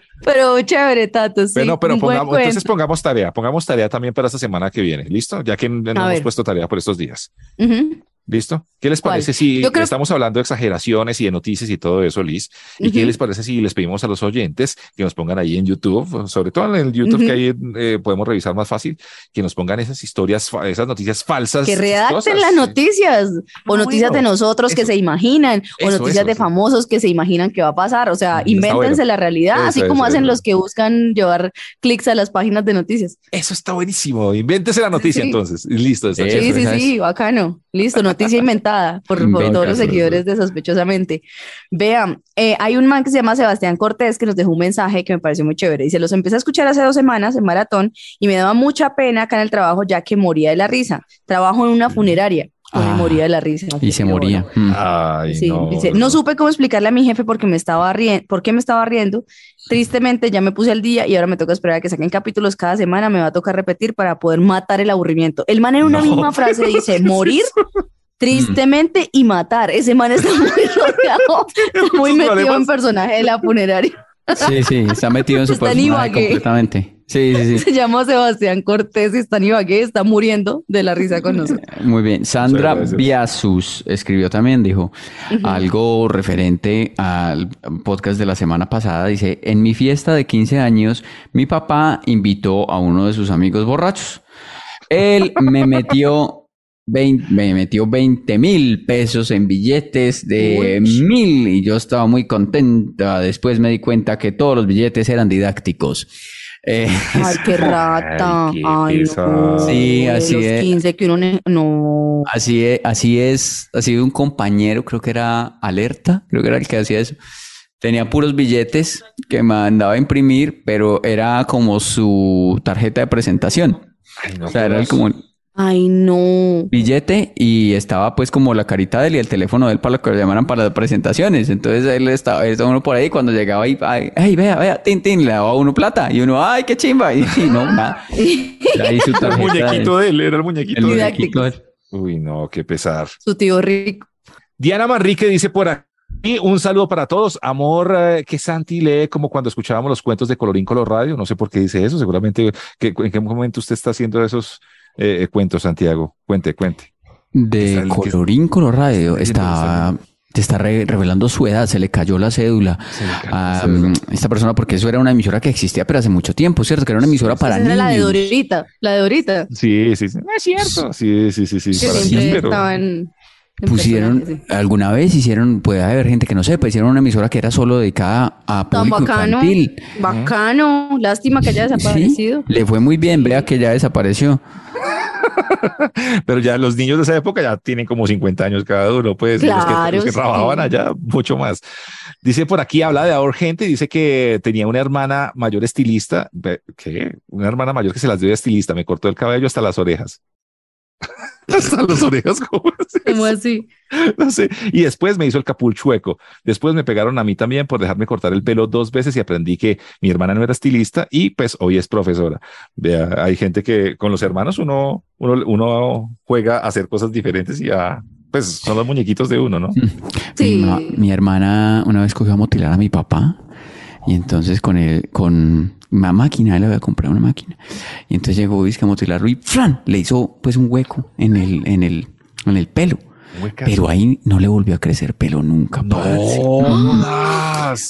Speaker 3: [LAUGHS]
Speaker 5: pero chévere, Tato, sí.
Speaker 3: Bueno, pero
Speaker 5: un buen
Speaker 3: pongamos, entonces
Speaker 5: cuento.
Speaker 3: pongamos tarea, pongamos tarea también para esta semana que viene, ¿listo? Ya que no hemos
Speaker 5: ver.
Speaker 3: puesto tarea por estos días,
Speaker 5: Ujú.
Speaker 3: ¿listo? ¿Qué les
Speaker 5: ¿Cuál?
Speaker 3: parece si
Speaker 5: Yo creo-
Speaker 3: estamos hablando de exageraciones y de noticias y todo eso, Liz? ¿Y qué
Speaker 5: Ujú.
Speaker 3: les parece si les pedimos a los oyentes que nos pongan ahí en YouTube, sobre todo en el YouTube
Speaker 5: Ujú.
Speaker 3: que ahí eh, podemos revisar más fácil, que nos pongan esas historias, fa- esas noticias falsas.
Speaker 5: Que redacten
Speaker 3: chistosas?
Speaker 5: las noticias, o
Speaker 3: Ah,
Speaker 5: noticias de
Speaker 3: bueno,
Speaker 5: nosotros que
Speaker 3: eso.
Speaker 5: se imaginan, o
Speaker 3: Eso,
Speaker 5: noticias
Speaker 3: eso,
Speaker 5: de
Speaker 3: eso.
Speaker 5: famosos que se imaginan que va a pasar, o sea,
Speaker 3: Está
Speaker 5: invéntense
Speaker 3: bueno.
Speaker 5: la realidad,
Speaker 3: Eso,
Speaker 5: así
Speaker 3: eso,
Speaker 5: como hacen
Speaker 3: eso.
Speaker 5: los que buscan llevar clics a las páginas de noticias.
Speaker 3: Eso está buenísimo. Invéntese la noticia
Speaker 5: Sí.
Speaker 3: entonces. Y Listo, está
Speaker 5: Sí,
Speaker 3: chévere.
Speaker 5: sí, sí, bacano. Listo, noticia
Speaker 4: [LAUGHS]
Speaker 5: inventada por, por
Speaker 4: Inventada,
Speaker 5: todos los
Speaker 4: sí, sí.
Speaker 5: seguidores de Sospechosamente. Vean, eh, hay un man que se llama Sebastián Cortés que nos dejó un mensaje que me pareció muy chévere. Dice, los empecé a escuchar hace dos semanas en maratón y me daba mucha pena acá en el trabajo ya que moría de la risa. Trabajo en una funeraria. Pues me
Speaker 4: Mm. Ah,
Speaker 5: moría de la risa.
Speaker 4: Y se moría. Mm.
Speaker 3: Ay,
Speaker 5: Sí,
Speaker 3: no.
Speaker 5: dice, no supe cómo explicarle a mi jefe porque me estaba riendo, por qué me estaba riendo. Tristemente ya me puse al día y ahora me toca esperar a que saquen capítulos cada semana, me va a tocar repetir para poder matar el aburrimiento. El man en una
Speaker 3: No.
Speaker 5: misma
Speaker 3: [LAUGHS]
Speaker 5: frase dice morir, tristemente y matar. Ese man está
Speaker 3: [LAUGHS]
Speaker 5: muy rodeado, muy
Speaker 3: Sus
Speaker 5: metido en
Speaker 3: problemas.
Speaker 5: personaje de la funeraria.
Speaker 4: Ah, Sí, sí, está metido en su
Speaker 5: Está en
Speaker 4: personaje
Speaker 5: Ibagué.
Speaker 4: completamente. Sí, sí, sí.
Speaker 5: Se llama Sebastián Cortés y está en Ibagué, está muriendo de la risa
Speaker 3: [LAUGHS]
Speaker 5: con nosotros.
Speaker 4: Muy bien. Sandra
Speaker 3: gracias.
Speaker 4: Biasus escribió también, dijo algo referente al podcast de la semana pasada. Dice, en mi fiesta de 15 años, mi papá invitó a uno de sus amigos borrachos. Él me metió 20, me metió 20 mil pesos en billetes de mil y yo estaba muy contenta. Después me di cuenta que todos los billetes eran didácticos. Eh,
Speaker 5: Ay, qué rata.
Speaker 3: qué
Speaker 5: Ay, no.
Speaker 3: pesado.
Speaker 4: Sí,
Speaker 5: De
Speaker 4: así
Speaker 5: los
Speaker 4: es.
Speaker 5: 15 que uno ne- no.
Speaker 4: Así es, así es, así de un compañero, creo que era Alerta, creo que era el que hacía eso. Tenía puros billetes que mandaba a imprimir, pero era como su tarjeta de presentación.
Speaker 3: Ay, no,
Speaker 4: O sea,
Speaker 3: qué
Speaker 4: era el
Speaker 3: oso.
Speaker 4: como el
Speaker 5: Ay, no.
Speaker 4: billete y estaba pues como la carita de él y el teléfono de él para lo que lo llamaran para las presentaciones. Entonces él estaba, estaba uno por ahí cuando llegaba ahí, ay, ay, vea, vea, tin, tin, le daba a uno plata y uno, ay, qué chimba. Y,
Speaker 3: [LAUGHS]
Speaker 4: no, nada. Ahí su
Speaker 3: Era el
Speaker 4: tarjeta.
Speaker 3: muñequito de él, era el
Speaker 4: el
Speaker 3: muñequito de él.
Speaker 4: muñequito de él.
Speaker 3: Uy, no, qué pesar.
Speaker 5: Su tío rico.
Speaker 3: Diana Manrique dice por aquí, un saludo para todos. Amor eh, que Santi lee como cuando escuchábamos los cuentos de Colorín Color Radio. No sé por qué dice eso. Seguramente, que, ¿en qué momento usted está haciendo esos eh, cuentos, Santiago? Cuente, cuente.
Speaker 4: De
Speaker 3: Está-
Speaker 4: colorín color radio
Speaker 3: está-
Speaker 4: está, te está re- revelando su edad, se le cayó la cédula
Speaker 3: Se le cayó la
Speaker 4: a mm,
Speaker 3: cédula.
Speaker 4: esta persona porque eso era una emisora que existía pero hace mucho tiempo, ¿cierto? Que era una emisora para
Speaker 5: Esa pues, era la de
Speaker 4: niños.
Speaker 5: Dorita. La de Dorita.
Speaker 3: Sí, sí, sí.
Speaker 5: No es cierto.
Speaker 3: Sí, sí, sí, sí.
Speaker 5: Que
Speaker 3: para
Speaker 5: siempre
Speaker 3: mí, pero-
Speaker 5: estaban.
Speaker 4: pusieron alguna vez hicieron puede haber gente que no sepa hicieron una emisora que era solo dedicada a
Speaker 5: Tan
Speaker 4: público
Speaker 5: bacano.
Speaker 4: infantil
Speaker 5: Bacano. Lástima que haya desaparecido.
Speaker 4: le fue muy bien vea que ya desapareció
Speaker 3: Pero ya los niños de esa época ya tienen como 50 años cada uno, pues y los que- los que,
Speaker 5: Claro, sí.
Speaker 3: trabajaban allá mucho más. Dice por aquí, habla de ahorro gente, dice que tenía una hermana mayor estilista, ve- ¿qué? Una hermana mayor que se las dio de estilista, me cortó el cabello hasta las orejas. [LAUGHS] hasta las orejas, ¿cómo es
Speaker 5: ¿Cómo así?
Speaker 3: [LAUGHS] no sé. Y después me hizo el capul chueco. Después me pegaron a mí también por dejarme cortar el pelo dos veces y aprendí que mi hermana no era estilista y pues hoy es profesora. Vea, hay gente que con los hermanos uno, uno, uno juega a hacer cosas diferentes y a, pues son los muñequitos de uno, ¿no?
Speaker 4: Mi, ma- mi hermana una vez cogió a motilar a mi papá y entonces con él, con una máquina, él le había comprado una máquina. Y entonces llegó dizque, a motilarlo y ¡fran! le hizo pues un hueco en el, en el, en el pelo.
Speaker 3: Huecazo.
Speaker 4: Pero ahí no le volvió a crecer pelo nunca. parce.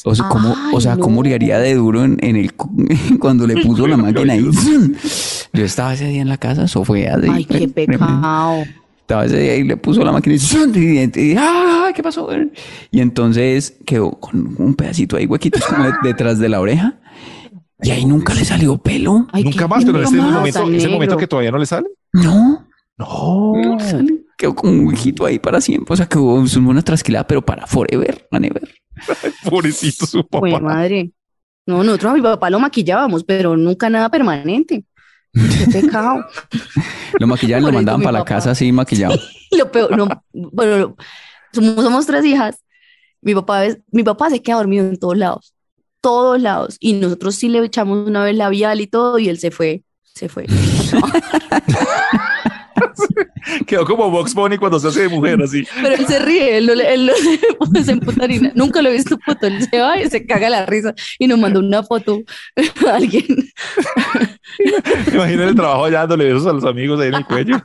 Speaker 4: O sea, ¿cómo, o sea, ¿cómo ligaría de duro en, en el cu- [LAUGHS] cuando le puso la máquina ahí? ¡fran! [LAUGHS] Yo estaba ese día en la casa, sofía.
Speaker 5: Ay, qué pecado.
Speaker 4: Estaba ese día y le puso la máquina y, ¡zun! y, y- ¡ah! ¿Qué pasó? Y entonces quedó con un pedacito ahí, huequitos como de- detrás de la oreja. Y ahí nunca le salió pelo.
Speaker 3: Nunca más, pero en ese
Speaker 4: más.
Speaker 3: momento, ese momento que todavía no le sale. [LAUGHS]
Speaker 4: No. No. le sale. Quedó como un huequito ahí para siempre. O sea, que hubo una trasquilada, pero para forever, and ever.
Speaker 3: Pobrecito su papá.
Speaker 5: Jue madre. No, nosotros a mi papá lo maquillábamos, pero nunca nada permanente. Qué pecado.
Speaker 4: Lo maquillaban, lo
Speaker 5: Pobrecito
Speaker 4: mandaban
Speaker 5: mi
Speaker 4: para la
Speaker 5: papá.
Speaker 4: casa así maquillado. [LAUGHS]
Speaker 5: [LAUGHS] Lo peor, no, bueno, lo- somos, somos tres hijas. Mi papá, es- mi papá se queda dormido en todos lados, todos lados. Y nosotros sí le echamos una vez labial y todo, y él se fue, se fue.
Speaker 3: Quedó como Box Bunny cuando se hace de mujer así.
Speaker 5: Pero él se ríe, él, no le- [LAUGHS] él no se- se emputa ni nada. Nunca lo he visto puto, él se va y se caga la risa y nos mandó una foto [LAUGHS] a alguien.
Speaker 3: Me imagino en el trabajo allá dándole besos a los amigos ahí en el cuello.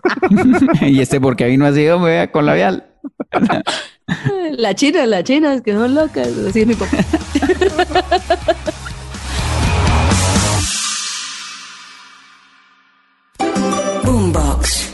Speaker 4: y este porque vino así, hombre, con labial.
Speaker 5: La china, la china, es que son locas. Así es mi papá.
Speaker 2: Boombox.